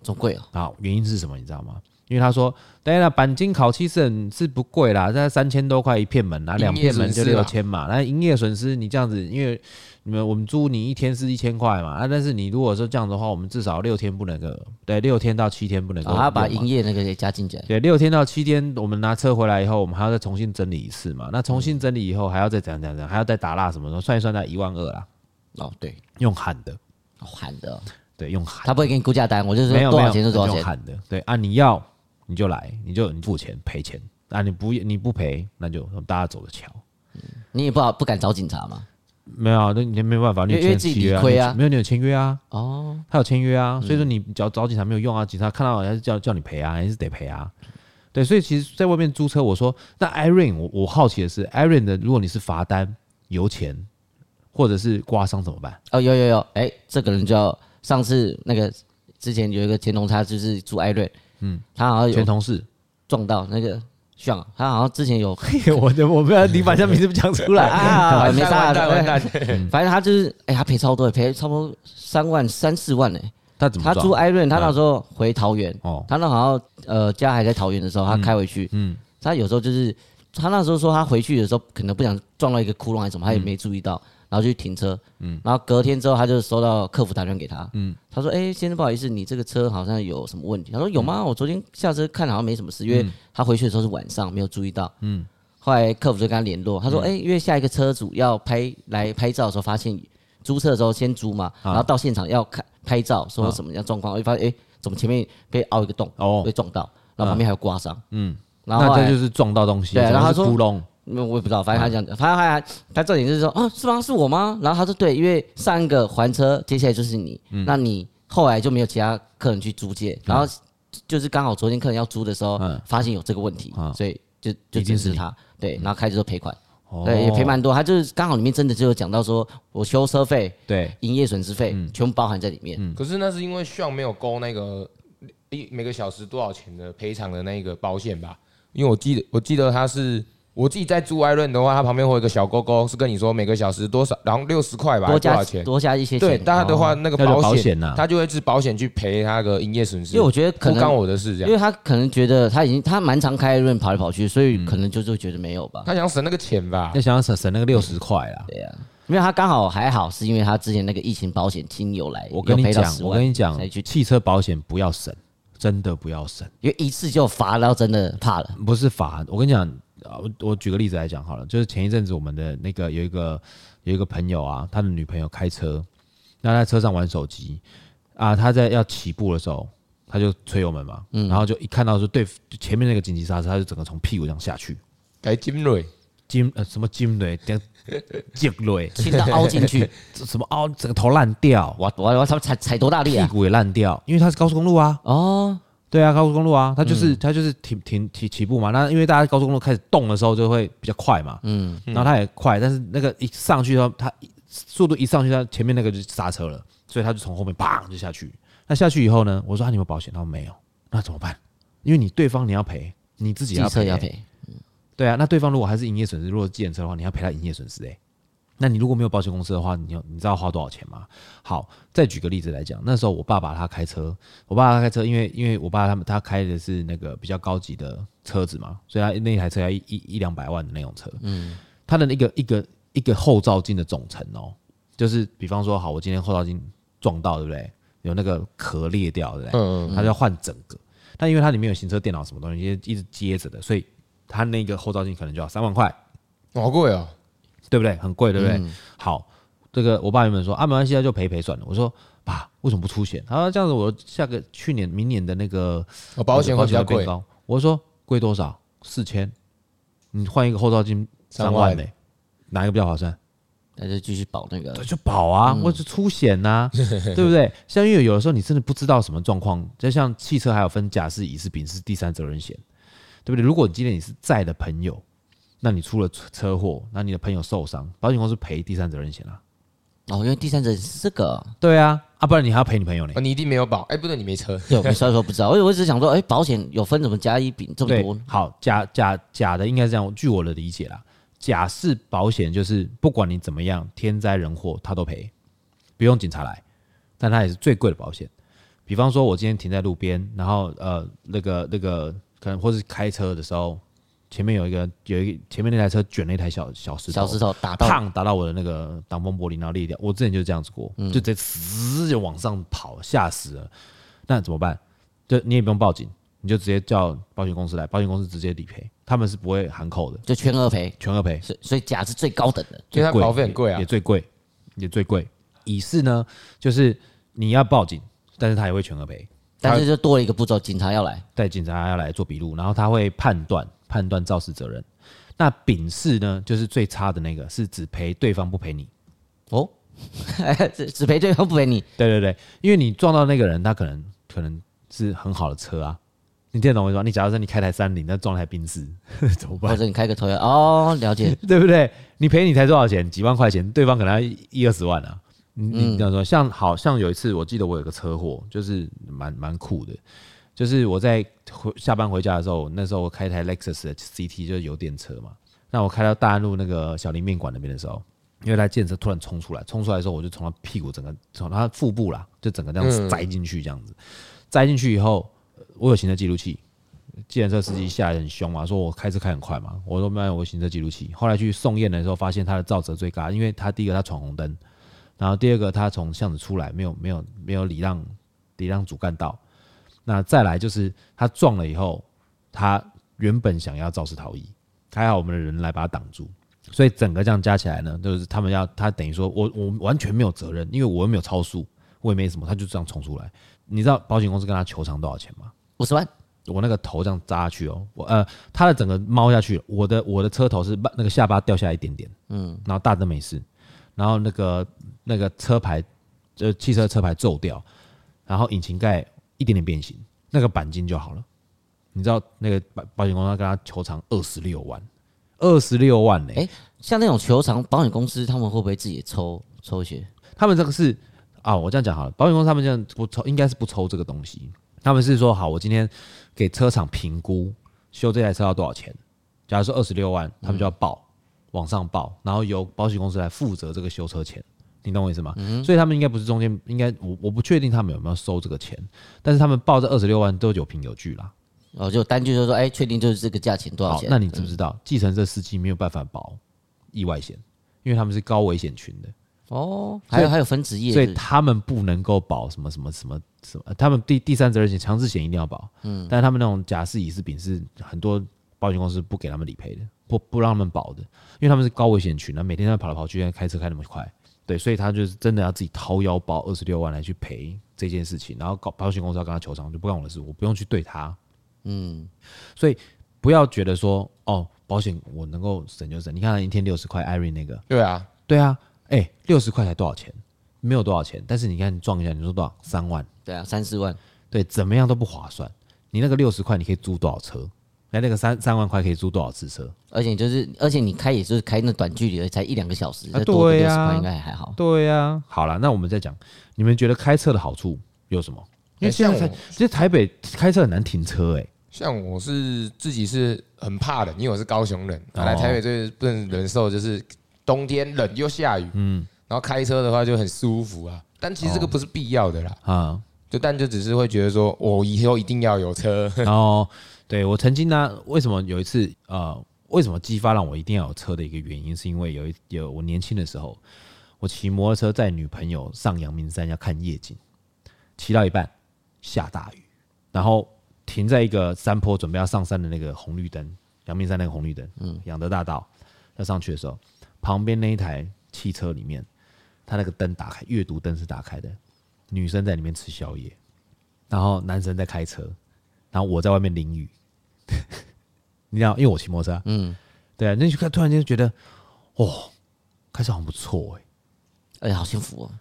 Speaker 1: 总贵哦，
Speaker 2: 啊，原因是什么？你知道吗？因为他说，当然了，钣金烤漆是很是不贵啦，在三千多块一片门，拿啊两片门就
Speaker 3: 营业
Speaker 1: 啊
Speaker 2: 六
Speaker 3: 损
Speaker 2: 千嘛。那营业损失你这样子，因为你们我们租你一天是一千块嘛，啊，但是你如果说这样的话，我们至少六天不能够，对，六天到七天不能够
Speaker 1: 然
Speaker 2: 用啊
Speaker 1: 后
Speaker 2: 嘛。
Speaker 1: 哦把营业那个也加进去。
Speaker 2: 对，六天到七天，我们拿车回来以后，我们还要再重新整理一次嘛。那
Speaker 1: 嗯
Speaker 2: 重新整理以后，还要再怎样怎样怎样，还要再打蜡什么的，算一算在一万二啦，
Speaker 1: 哦，对，
Speaker 2: 用喊的，
Speaker 1: 哦喊的哦，
Speaker 2: 对，用喊的。
Speaker 1: 他不会给你估价单，我就说
Speaker 2: 没有
Speaker 1: 多
Speaker 2: 没
Speaker 1: 少
Speaker 2: 有
Speaker 1: 钱就多少
Speaker 2: 那
Speaker 1: 钱
Speaker 2: 种。喊的，对啊，你要你就来，你就你付钱赔钱啊，你不你不赔，那就大家走着瞧。
Speaker 1: 你也不好不敢找警察嘛。
Speaker 2: 没有啊，那你没办法，你有
Speaker 1: 因为
Speaker 2: 签
Speaker 1: 自己
Speaker 2: 契约
Speaker 1: 理亏啊
Speaker 2: 你有没有你有签约啊，
Speaker 1: 哦，
Speaker 2: 他有签约啊，所以说你找找警察没有用啊，警察看到还是叫叫你赔啊，还是得赔啊。对，所以其实在外面租车，我说那 Irene，我我好奇的是，Irene 的，如果你是罚单、油钱或者是刮伤怎么办？
Speaker 1: 哦，有有有，哎、这个人就要上次那个之前有一个前同差，就是住艾瑞，嗯，他好像
Speaker 2: 前
Speaker 1: 有
Speaker 2: 同事，
Speaker 1: 撞到那个炫，他好像之前有
Speaker 2: 我的我不要你把这名字讲出 来
Speaker 1: 啊，没啥，
Speaker 3: 完蛋完蛋，
Speaker 1: 反正他就是，哎、他赔超多的，赔差不多三万三四万呢、
Speaker 2: 他怎么
Speaker 1: 他
Speaker 2: 撞嗯
Speaker 1: 住艾瑞，他那时候回桃园，
Speaker 2: 哦
Speaker 1: 他那好像呃家还在桃园的时候，他开回去，
Speaker 2: 嗯
Speaker 1: 他有时候就是他那时候说他回去的时候可能不想撞到一个窟窿还是什么，他也没注意到，然后就去停车，然后隔天之后他就收到客服打电话给他，他说，哎、先生不好意思，你这个车好像有什么问题？他说有吗？我昨天下车看好像没什么事，因为他回去的时候是晚上，没有注意到，后来客服就跟他联络，他说：“哎、因为下一个车主要拍来拍照的时候，发现租车的时候先租嘛，然后到现场要看拍照，说什么样状况，会发现哎、怎么前面被凹一个洞，
Speaker 2: 哦
Speaker 1: 被撞到，然后旁边还有刮伤，嗯，然后
Speaker 2: 那
Speaker 1: 后来
Speaker 2: 这就是撞到东西，嗯
Speaker 1: 对，然后他
Speaker 2: 是
Speaker 1: 说
Speaker 2: 窟窿，
Speaker 1: 那我也不知道，反正他这样讲，他还他重点就是说啊，是吗？是我吗？然后他说对，因为上一个还车，接下来就是你，
Speaker 2: 嗯
Speaker 1: 那你后来就没有其他客人去租借，然后就是刚好昨天客人要租的时候
Speaker 2: 嗯，
Speaker 1: 发现有这个问题
Speaker 2: 嗯，
Speaker 1: 所以就就
Speaker 2: 一定
Speaker 1: 支
Speaker 2: 是
Speaker 1: 持
Speaker 2: 你
Speaker 1: 他，对，然后开始做赔款，
Speaker 2: 哦
Speaker 1: 对，也赔蛮多，他就是刚好里面真的就有讲到说我修车费、
Speaker 2: 对，
Speaker 1: 营业损失费
Speaker 2: 嗯
Speaker 1: 全部包含在里面，
Speaker 3: 可是那是因为炫没有勾那个一每个小时多少钱的赔偿的那个保险吧？因为我记得我记得他是我自己在租艾润的话，他旁边会有一个小勾勾，是跟你说每个小时多少，然后六十块吧，
Speaker 1: 多
Speaker 3: 多少
Speaker 1: 加
Speaker 3: 钱？
Speaker 1: 多加一些
Speaker 3: 对，
Speaker 1: 钱，哦
Speaker 3: 但他的话那个
Speaker 2: 要有
Speaker 3: 保
Speaker 2: 保
Speaker 3: 险
Speaker 2: 险呐
Speaker 3: 他就会是保险去赔他个营业损失。
Speaker 1: 因为我觉得可能
Speaker 3: 不干我的事这
Speaker 2: 啊
Speaker 3: 样，
Speaker 1: 因为他可能觉得他已经他蛮常开润跑来跑去，所以可能就就觉得没有
Speaker 2: 嗯
Speaker 1: 吧。
Speaker 3: 他想省那个钱吧
Speaker 2: 要？想要省省那个六十块啦。
Speaker 1: 对呀、因为他刚好还好，是因为他之前那个疫情保险金有来，
Speaker 2: 我跟你讲，我跟你
Speaker 1: 才
Speaker 2: 讲
Speaker 1: 去，，
Speaker 2: 汽车保险不要省，真的不要省，
Speaker 1: 因为一次就罚到真的怕了。
Speaker 2: 不是罚。我跟你讲，啊我我举个例子来讲好了，就是前一阵子我们的那个有一个有一个朋友啊，他的女朋友开车，那在车上玩手机啊，他在要起步的时候。他就吹油门嘛，
Speaker 1: 嗯
Speaker 2: 然后就一看到说对前面那个紧急刹车，他就整个从屁股这样下去，
Speaker 3: 改金瑞，
Speaker 2: 金呃什么金蕊，等下金蕊，
Speaker 1: 亲到凹进 去，
Speaker 2: 这什么凹，整个头烂掉，
Speaker 1: 我我我他踩踩多大力
Speaker 2: 屁
Speaker 1: 啊？
Speaker 2: 股也烂掉，因为它是高速公路啊，
Speaker 1: 哦，嗯
Speaker 2: 对啊，高速公路啊，它就是、它就是停停停起步嘛。那因为大家高速公路开始动的时候就会比较快嘛，嗯，然后它也快，但是那个一上去的话，它一速度一上去，它前面那个就刹车了，所以它就从后面砰就下去。那下去以后呢，我说啊，你有没有保险？他说没有，那怎么办？因为你对方你要赔，你自己
Speaker 1: 机
Speaker 2: 要
Speaker 1: 车
Speaker 2: 赔，
Speaker 1: 也要赔，
Speaker 2: 对啊，那对方如果还是营业损失，如果是计程车的话，你要赔他营业损失哎、那你如果没有保险公司的话，你要你知道花多少钱吗？好，再举个例子来讲，那时候我爸爸他开车，我爸爸他开车，因为因为我爸他们他开的是那个比较高级的车子嘛，所以他那台车要一一一两百万的那种车，嗯，他的那个一个一个后照镜的总成哦，就是比方说好，我今天后照镜撞到，对不对？有那个壳裂掉，对不对？
Speaker 3: 嗯
Speaker 2: 他就要换整个。但因为它里面有行车电脑什么东西，一直接着的，所以它那个后照镜可能就要三万块，
Speaker 3: 好贵哦，
Speaker 2: 对不对？很贵，对不对？
Speaker 3: 嗯
Speaker 2: 好，这个我爸原本说啊，没关系，那就赔赔算了。我说爸，为什么不出险？他说这样子，我下个去年、明年的那个
Speaker 3: 哦保险会比较
Speaker 2: 变
Speaker 3: 贵，
Speaker 2: 高。我说贵多少？四千，你换一个后照镜三万
Speaker 3: 三万
Speaker 2: 嘞、哪一个比较划算？
Speaker 1: 那就继续保那个
Speaker 2: 对，。就保啊，或者出险呐、啊对不对？像因为有的时候你真的不知道什么状况，就像汽车还有分甲式、乙式、丙式、第三责任险，对不对？如果你今天你是在的朋友，那你出了车车祸，那你的朋友受伤，保险公司赔第三责任险啊。
Speaker 1: 哦，因为第三者是这个，
Speaker 2: 对啊，啊，不然你还要赔你朋友呢
Speaker 3: 哦。你一定没有保，哎，不对，你没车，
Speaker 1: 对，我们虽然说不知道，我我只是想说，哎，保险有分什么甲乙丙这么
Speaker 2: 对
Speaker 1: 多，
Speaker 2: 好，甲甲甲的应该是这样，据我的理解啦，甲式保险就是不管你怎么样，天灾人祸他都赔，不用警察来，但它也是最贵的保险。比方说，我今天停在路边，然后呃，那个那个可能或是开车的时候，前面有一个有一个前面那台车卷了一台小小石头，
Speaker 1: 小石头
Speaker 3: 啊
Speaker 1: 打到
Speaker 2: 烫打到我的那个挡风玻璃，然后裂掉。我之前就这样子过，
Speaker 3: 嗯
Speaker 2: 就直接呲就往上跑，吓死了。那怎么办？就你也不用报警，你就直接叫保险公司来，保险公司直接理赔，他们是不会含扣的，
Speaker 1: 就全额赔，
Speaker 2: 全额赔。
Speaker 1: 所以所以甲是最高等的。
Speaker 3: 因为它
Speaker 2: 最
Speaker 3: 保费很贵啊
Speaker 2: 也，最贵，也最贵。乙是呢，就是你要报警，但是他也会全额赔，
Speaker 1: 但是就多了一个步骤，警察要来，
Speaker 2: 带警察要来做笔录，然后他会判断判断肇事责任。那丙式呢，就是最差的那个，是只赔对方不赔你。
Speaker 1: 哦，只只赔对方不赔你，
Speaker 2: 对对对，因为你撞到那个人，他可能可能是很好的车啊。你听得懂我意思吗？你假如说你开台三菱，那撞台宾士， 怎么
Speaker 1: 或
Speaker 2: 办？
Speaker 1: 者你开个头摇，哦，了解，
Speaker 2: 对不对？你赔你才多少钱？几万块钱，对方可能要一一二十万啊。你你这样说，像好像有一次，我记得我有个车祸，就是蛮蛮酷的，就是我在回下班回家的时候，那时候我开一台 Lexus 的 CT 就是油电车嘛，那我开到大安路那个小林面馆那边的时候，因为他建车突然冲出来，冲出来的时候我就从他屁股整个从他腹部啦，就整个这样子栽进去，这样子、栽进去以后，呃我有行车记录器，计程车司机下来很凶嘛，说我开车开很快嘛，我说没有，我行车记录器。后来去送验的时候，发现他的肇责最高，因为他第一个他闯红灯，然后第二个他从巷子出来没有没有没有礼让礼让主干道，那再来就是他撞了以后，他原本想要肇事逃逸，还好我们的人来把他挡住。所以整个这样加起来呢，就是他们要他等于说我我完全没有责任，因为我又没有超速，我也没什么，他就这样冲出来。你知道保险公司跟他求偿多少钱吗？
Speaker 1: 五十万，
Speaker 2: 我那个头这样扎下去哦，我呃，他的整个猫下去，我的我的车头是把那个下巴掉下来一点点，嗯，然后大灯没事，然后那个那个车牌，呃，汽车车牌皱掉，然后引擎盖一点点变形，那个钣金就好了。你知道那个保保险公司跟他求偿二十六万，二十六万呢、
Speaker 1: 哎像那种球场保险公司，他们会不会自己抽抽血？
Speaker 2: 他们这个是啊，我这样讲好了，保险公司他们这样不抽，应该是不抽这个东西。他们是说，好，我今天给车厂评估修这台车要多少钱，假如说二十六万，他们就要报、往上报，然后由保险公司来负责这个修车钱，你懂我意思吗？
Speaker 1: 嗯
Speaker 2: 所以他们应该不是中间，应该我我不确定他们有没有收这个钱，但是他们报这二十六万都有凭有据啦。
Speaker 1: 然后就单据就说，哎、确定就是这个价钱多少
Speaker 2: 好，
Speaker 1: 钱？嗯
Speaker 2: 那你知不知道，计程车司机没有办法保意外险，因为他们是高危险群的。
Speaker 1: 哦，还有还有分职业
Speaker 2: 所
Speaker 1: 是不
Speaker 2: 以
Speaker 1: 是，
Speaker 2: 他们不能够保什么什么什么什么，呃他们第第三责任险、强制险一定要保，嗯，但是他们那种甲式、乙式、丙式，很多保险公司不给他们理赔的，不不让他们保的，因为他们是高危险群啊，每天在跑来跑去，开车开那么快，对，所以他就是真的要自己掏腰包二十六万来去赔这件事情，然后搞保险公司要跟他求偿，就不干我的事，我不用去对他，嗯，所以不要觉得说哦，保险我能够省就省，你看他一天六十块，艾瑞那个，
Speaker 3: 对啊，
Speaker 2: 对啊，哎、6六十块才多少钱？没有多少钱，但是你看你撞一下，你说多少？三万，
Speaker 1: 对啊，三四万，
Speaker 2: 对，怎么样都不划算。你那个六十块，你可以租多少车？那那个三三万块可以租多少次车？
Speaker 1: 而且就是而且你开也就是开那短距离的，才一两个小时，
Speaker 2: 啊
Speaker 1: 再多个
Speaker 2: 对
Speaker 1: 六十
Speaker 2: 啊
Speaker 1: 块应该还好。
Speaker 2: 对呀、好了，那我们再讲，你们觉得开车的好处有什么？因为
Speaker 3: 哎
Speaker 2: 现在
Speaker 3: 像
Speaker 2: 台其实台北开车很难停车、哎，
Speaker 3: 像我是自己是很怕冷，因为我是高雄人，啊
Speaker 2: 哦
Speaker 3: 来台北最不能忍受就是冬天冷又下雨，嗯，然后开车的话就很舒服啊。但其实这个不是必要的啦，
Speaker 2: 啊，
Speaker 3: 就但就只是会觉得说，我以后一定要有车，
Speaker 2: 然后对我曾经呢、为什么有一次呃，为什么激发让我一定要有车的一个原因，是因为有一有我年轻的时候，我骑摩托车载女朋友上阳明山要看夜景，骑到一半下大雨，然后停在一个山坡准备要上山的那个红绿灯，阳明山那个红绿灯，嗯，养德大道要上去的时候，旁边那一台汽车里面，它那个灯打开，阅读灯是打开的，女生在里面吃宵夜，然后男生在开车，然后我在外面淋雨， 你知道，因为我骑摩托车、嗯，对啊，那就看突然间就觉得，哦，开车好像不错哎、
Speaker 1: 哎、好幸福哦！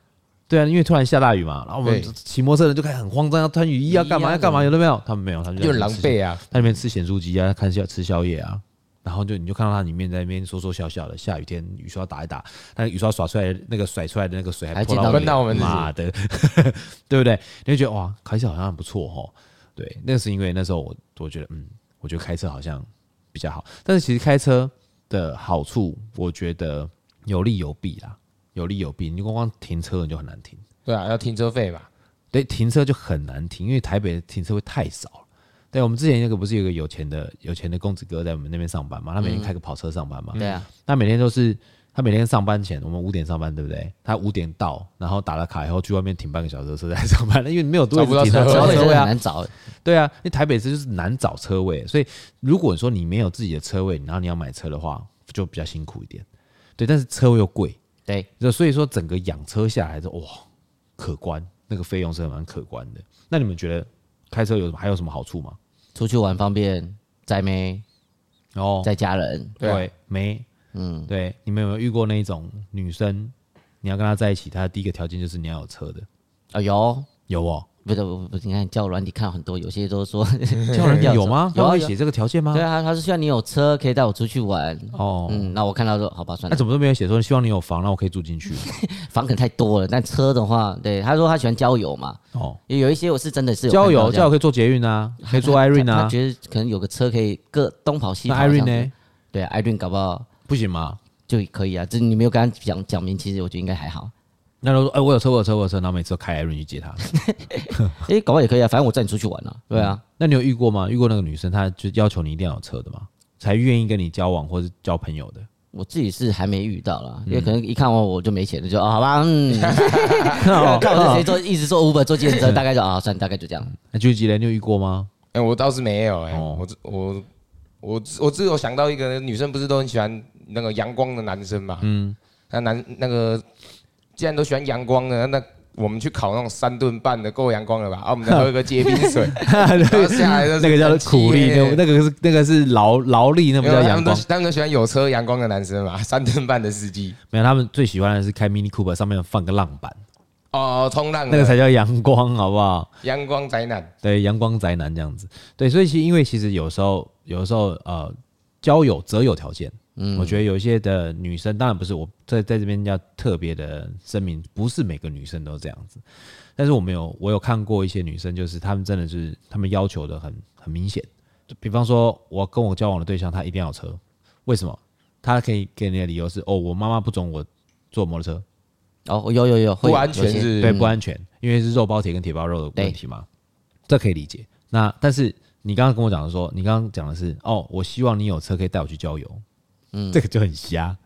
Speaker 2: 对啊，因为突然下大雨嘛，然后我们
Speaker 3: 对
Speaker 2: 骑摩托车的人就开始很慌张，要穿雨衣啊，
Speaker 1: 雨衣啊
Speaker 2: 干嘛要干嘛，有的没有？他们没有，他们
Speaker 3: 就
Speaker 2: 在
Speaker 3: 很
Speaker 2: 那边
Speaker 3: 狼
Speaker 2: 吃
Speaker 3: 狈啊。
Speaker 2: 在那边吃咸酥鸡啊，看宵吃宵夜啊，然后就你就看到他里面在那边说说笑笑的，下雨天雨刷打一打，那雨刷耍出来的那个甩出来的那个水还
Speaker 1: 还
Speaker 2: 泼
Speaker 1: 溅到
Speaker 2: 到们
Speaker 3: 嗯
Speaker 1: 你
Speaker 2: 妈的， 对不对？你就觉得哇，开车好像很不错哦。对，那是因为那时候我我觉得嗯，我觉得开车好像比较好，但是其实开车的好处，我觉得有利有弊啦，有利有弊。你光光停车你就很难停。
Speaker 3: 对啊，要停车费嘛。
Speaker 2: 对，停车就很难停，因为台北的停车位太少了。对，我们之前那个不是有个有钱的有钱的公子哥在我们那边上班嘛？他每天开个跑车上班嘛？
Speaker 1: 对啊，
Speaker 2: 他每天都是他每天上班前，我们五点上班，对不对？他五点到，然后打了卡以后去外面停半个小时的车再上班，因为没有多
Speaker 3: 找不到
Speaker 2: 停到
Speaker 3: 车
Speaker 1: 车
Speaker 3: 位
Speaker 1: 位
Speaker 2: 车
Speaker 1: 真
Speaker 2: 位
Speaker 1: 的很
Speaker 2: 啊。
Speaker 1: 难找，
Speaker 2: 对啊，因为台北市就是难找车位，所以如果说你没有自己的车位，然后你要买车的话，就比较辛苦一点。对，但是车位又贵，
Speaker 1: 对，
Speaker 2: 就所以说整个养车下来的哇，可观，那个费用是蛮可观的。那你们觉得开车有什么还有什么好处吗？
Speaker 1: 出去玩方便，在没
Speaker 2: 哦，
Speaker 1: 在家人，
Speaker 3: 对啊
Speaker 2: 对，没，嗯，对，你们有没有遇过那一种女生，你要跟她在一起，她的第一个条件就是你要有车的，
Speaker 1: 啊有。
Speaker 2: 有哦，
Speaker 1: 不是不不，你看叫软体看很多，有些都说
Speaker 2: 叫人有吗？
Speaker 1: 有
Speaker 2: 有
Speaker 1: 啊
Speaker 2: 要
Speaker 1: 有啊
Speaker 2: 写这个条件吗
Speaker 1: 对？啊，他是希望你有车可以带我出去玩。
Speaker 2: 哦，
Speaker 1: 嗯，那我看到说，好吧，算
Speaker 2: 那
Speaker 1: 了，
Speaker 2: 怎么都没有写说希望你有房，让我可以住进去
Speaker 1: 嗯房可能太多了。但车的话，对，他说他喜欢郊游嘛，
Speaker 2: 哦。
Speaker 1: 也有一些我是真的是有
Speaker 2: 交友，
Speaker 1: 看到这
Speaker 2: 交
Speaker 1: 样
Speaker 2: 友可以坐捷运啊，可 以坐
Speaker 1: 他
Speaker 2: Irene
Speaker 1: 他
Speaker 2: 啊
Speaker 1: 他。觉得可能有个车可以各东跑西
Speaker 2: 那
Speaker 1: 跑这
Speaker 2: Irene
Speaker 1: 样子。
Speaker 2: 呢？
Speaker 1: 对，Irene 啊搞不好
Speaker 2: 不行吗？
Speaker 1: 就可以啊，就是你没有跟他讲讲明，其实我觉得应该还好。
Speaker 2: 那都说，哎，我有车，我有车，我有车，然后每次都开 Irene 去接她。
Speaker 1: 诶，搞不好也可以啊，反正我载你出去玩啊。对啊，
Speaker 2: 那你有遇过吗？遇过那个女生，她就要求你一定要有车的吗？才愿意跟你交往或是交朋友的？
Speaker 1: 我自己是还没遇到啦，
Speaker 2: 嗯
Speaker 1: 因为可能一看完我就没钱了，就啊好吧，嗯，
Speaker 2: 哦
Speaker 1: 看我是谁做，一直做 Uber 做健身，大概就啊算，大概就这样。
Speaker 2: 那究极人你有遇过吗？
Speaker 3: 哎、我倒是没有哎、
Speaker 2: 哦
Speaker 3: 我只我我只我只有想到一个女生，不是都很喜欢那个阳光的男生嘛？嗯，那男那个既然都喜欢阳光的，那我们去烤那种三顿半的，够阳光了吧？啊，我们再喝 个结冰水，然后下来就是
Speaker 2: 那个叫
Speaker 3: 很
Speaker 2: 苦力，
Speaker 3: 气
Speaker 2: 那
Speaker 3: 耶
Speaker 2: 个那个是那个是劳劳力，那不
Speaker 3: 因
Speaker 2: 叫
Speaker 3: 为他
Speaker 2: 阳
Speaker 3: 们都
Speaker 2: 光。
Speaker 3: 他们都喜欢有车阳光的男生嘛， 三顿半的司机
Speaker 2: 没有，他们最喜欢的是开 Mini Cooper，上面放个浪板，
Speaker 3: 哦，冲浪的
Speaker 2: 那个才叫阳光，好不好？
Speaker 3: 阳光宅男，
Speaker 2: 对，阳光宅男这样子。对，所以其实因为其实有时候有时候呃，交友择友条件，嗯，我觉得有一些的女生，当然不是我在在这边要特别的声明，不是每个女生都这样子。但是我们有我有看过一些女生，就是她们真的是她们要求的很很明显，就比方说我跟我交往的对象，他一定要有车，为什么？他可以给你的理由是哦，我妈妈不准我坐摩托车，
Speaker 1: 哦，有有有，会
Speaker 3: 不
Speaker 1: 有
Speaker 3: 安全
Speaker 1: 有些
Speaker 3: 是
Speaker 2: 对，不安全，因为是肉包铁跟铁包肉的问题嘛，这可以理解。那但是你刚刚跟我讲的说，你刚刚讲的是哦，我希望你有车可以带我去郊游，嗯，这个就很瞎，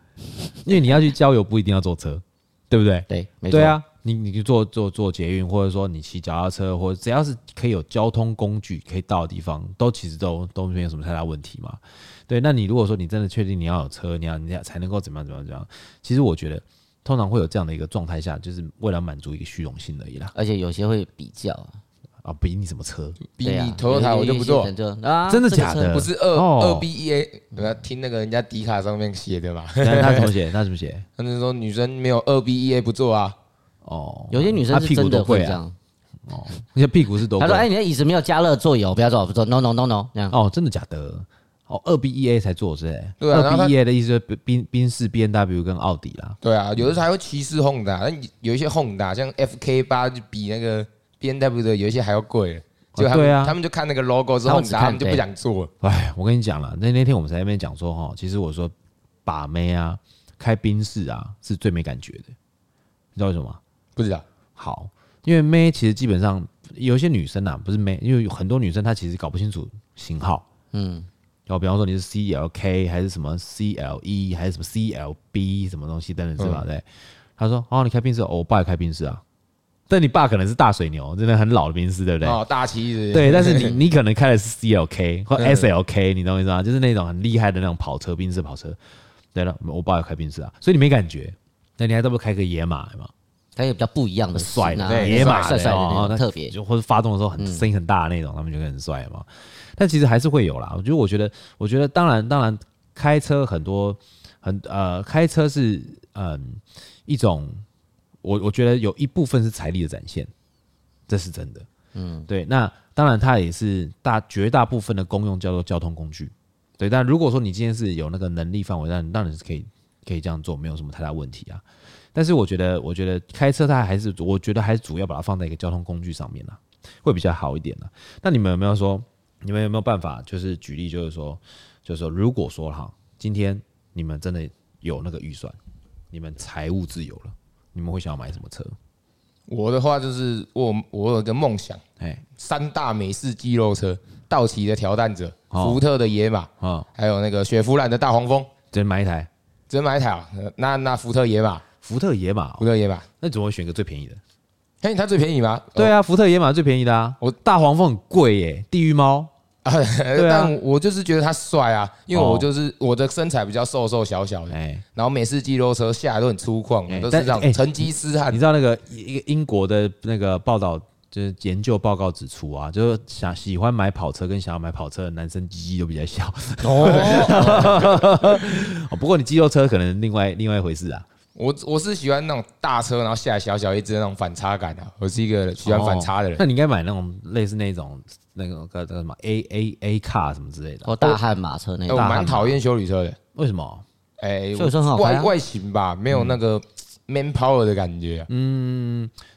Speaker 2: 因为你要去郊游不一定要坐车，对不对？
Speaker 1: 对，没错，
Speaker 2: 对，啊，你你就坐坐坐捷运，或者说你骑脚踏车，或者只要是可以有交通工具可以到的地方，都其实都都没有什么太大问题嘛。对，那你如果说你真的确定你要有车，你要你要才能够怎么样怎么样怎么样，其实我觉得通常会有这样的一个状态下，就是为了满足一个虚荣心而已啦。
Speaker 1: 而且有些会比较啊，
Speaker 2: 啊，比你什么车？
Speaker 3: 比
Speaker 1: 对啊
Speaker 3: 你 Toyota 我就不做
Speaker 1: 有一，些人就啊，
Speaker 2: 真的
Speaker 1: 这个
Speaker 2: 假
Speaker 1: 车
Speaker 2: 的
Speaker 3: 不是二
Speaker 2: 哦
Speaker 3: 二 B E A，我要听那个人家迪卡上面写的嘛，
Speaker 2: 那他怎么写？他怎么写？
Speaker 3: 他们说女生没有二 B E A 不做啊，
Speaker 2: 哦，
Speaker 1: 有些女
Speaker 2: 他
Speaker 1: 生
Speaker 2: 屁
Speaker 1: 是
Speaker 2: 股
Speaker 1: 真
Speaker 2: 多
Speaker 1: 的会
Speaker 2: 贵啊！
Speaker 1: 这样，
Speaker 2: 哦，你的屁股是多
Speaker 1: 她
Speaker 2: 贵？
Speaker 1: 说：“哎，你的椅子没有加热座椅哦，不要坐，不坐，no no no no，这样。”
Speaker 3: 嗯
Speaker 2: 哦，真的假的？哦，二 B E A 才做是不是？
Speaker 3: 对啊然后
Speaker 2: 二
Speaker 3: 他
Speaker 2: B E A 的意思就是宾宾士、B N W 跟奥迪啦。
Speaker 3: 对啊，有的时候还会歧视 Honda，但有一些 Honda 像 F K 八就比那个 B N W 的有一些还要贵了，就他们、
Speaker 2: 对啊
Speaker 3: 他们就看那个 logo 之
Speaker 1: 他
Speaker 3: 后，
Speaker 1: 们只看
Speaker 3: 他们就不想做了。
Speaker 2: 哎，我跟你讲了，那那天我们在那边讲说哈，其实我说把妹啊，开宾士啊是最没感觉的，你知道为什么吗？
Speaker 3: 不知道，
Speaker 2: 好，因为妹其实基本上有一些女生啊，不是妹，因为有很多女生她其实搞不清楚型号，嗯，然后比方说你是 C L K 还是什么 C L E 还是什么 C L B 什么东西等等是吧？对，她说哦，你开宾士哦，我爸也开宾士啊，但你爸可能是大水牛，真的很老的宾士，对不对？
Speaker 3: 哦，大旗是不是
Speaker 2: 对，但是你你可能开的是 CLK 或 SLK，你懂我意思吗？就是那种很厉害的那种跑车，宾士跑车。对了，我爸有开宾士啊，所以你没感觉。那你还倒不如开个野马嘛，
Speaker 1: 它有比较不一样的
Speaker 2: 帅
Speaker 1: 型啊
Speaker 2: 的
Speaker 3: 对
Speaker 2: 野马
Speaker 1: 帅
Speaker 2: 的
Speaker 1: 帅的
Speaker 2: 哦
Speaker 1: 那
Speaker 2: 那
Speaker 1: 种特别。
Speaker 2: 就或者发动的时候很声音很大的那种，他们就会很帅嘛。但其实还是会有啦。我觉得，我觉得，我觉得，当然，当然，开车很多很呃，开车是嗯一种，我我觉得有一部分是财力的展现，这是真的。嗯，对。那当然，它也是大绝大部分的公用叫做交通工具。对，但如果说你今天是有那个能力范围，那你当然是可以可以这样做，没有什么太大问题啊。但是我觉得，我觉得开车它还是，我觉得还是主要把它放在一个交通工具上面啦，会比较好一点啦。那你们有没有说，你们有没有办法，就是举例，就是说，就是说，如果说哈，今天你们真的有那个预算，你们财务自由了，你们会想要买什么车？
Speaker 3: 我的话就是我我有一个梦想，
Speaker 2: 哎，
Speaker 3: 三大美式肌肉车，道奇的挑战者，
Speaker 2: 哦
Speaker 3: 福特的野马，
Speaker 2: 啊，
Speaker 3: 还有那个雪佛兰的大黄蜂。
Speaker 2: 只能买一台
Speaker 3: 只能买一台啊，呃那那福特野马，
Speaker 2: 福特野马哦、
Speaker 3: 福特野马，
Speaker 2: 那你怎么会选个最便宜的？
Speaker 3: 嘿，它最便宜吗？
Speaker 2: 对
Speaker 3: 哦
Speaker 2: 啊，福特野马最便宜的啊，
Speaker 3: 我
Speaker 2: 大黄蜂很贵耶，地狱猫对啊
Speaker 3: 哎但我就是觉得它帅啊，因为
Speaker 2: 哦
Speaker 3: 我就是我的身材比较瘦瘦小小的，
Speaker 2: 哎。
Speaker 3: 然后美式肌肉车下来都很粗犷，
Speaker 2: 哎
Speaker 3: 都是
Speaker 2: 但
Speaker 3: 这种
Speaker 2: 哎
Speaker 3: 成吉思汗
Speaker 1: 啊
Speaker 2: 你。知道那个一个英国的那个报道，就是研究报告指出啊，就是想喜欢买跑车跟想要买跑车的男生，鸡鸡都比较小。
Speaker 3: 哦，
Speaker 2: 哦，不过你肌肉车可能另外另外一回事啊。
Speaker 3: 我我是喜欢那种大车，然后下来小小一只那种反差感啊，我是一个喜欢反差的
Speaker 2: 哦
Speaker 3: 人。
Speaker 2: 那你应该买那种类似那种那个叫叫什么 A A A car 什么之类的。
Speaker 1: 或哦大汉马车那
Speaker 3: 哎我
Speaker 1: 种，
Speaker 3: 蛮讨厌修理车的，
Speaker 2: 为什么？
Speaker 3: 哎，
Speaker 1: 修理车很好开
Speaker 3: 外
Speaker 1: 啊
Speaker 3: 外形吧，没有那个 man power 的感觉啊。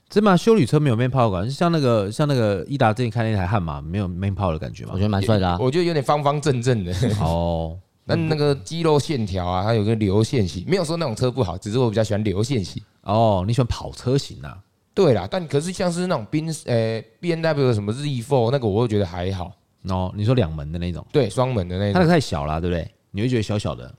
Speaker 2: 真的吗修理车没有 man power 感，像那个像那个益达之前开那台悍马，没有 man power 的感觉吗
Speaker 1: 我觉？得蛮帅的啊。
Speaker 3: 我觉得有点方方正正的。
Speaker 2: 哦，
Speaker 3: 那那个肌肉线条啊，它有个流线型，没有说那种车不好，只是我比较喜欢流线型。
Speaker 2: 哦，你喜欢跑车型啊？
Speaker 3: 对啦，但可是像是那种宾呃 B N W 什么 Z Four 那个，我又觉得还好。
Speaker 2: 哦，你说两门的那种，
Speaker 3: 对，双门的那
Speaker 2: 它那
Speaker 3: 种，
Speaker 2: 个太小了，对不对？你会觉得小小的，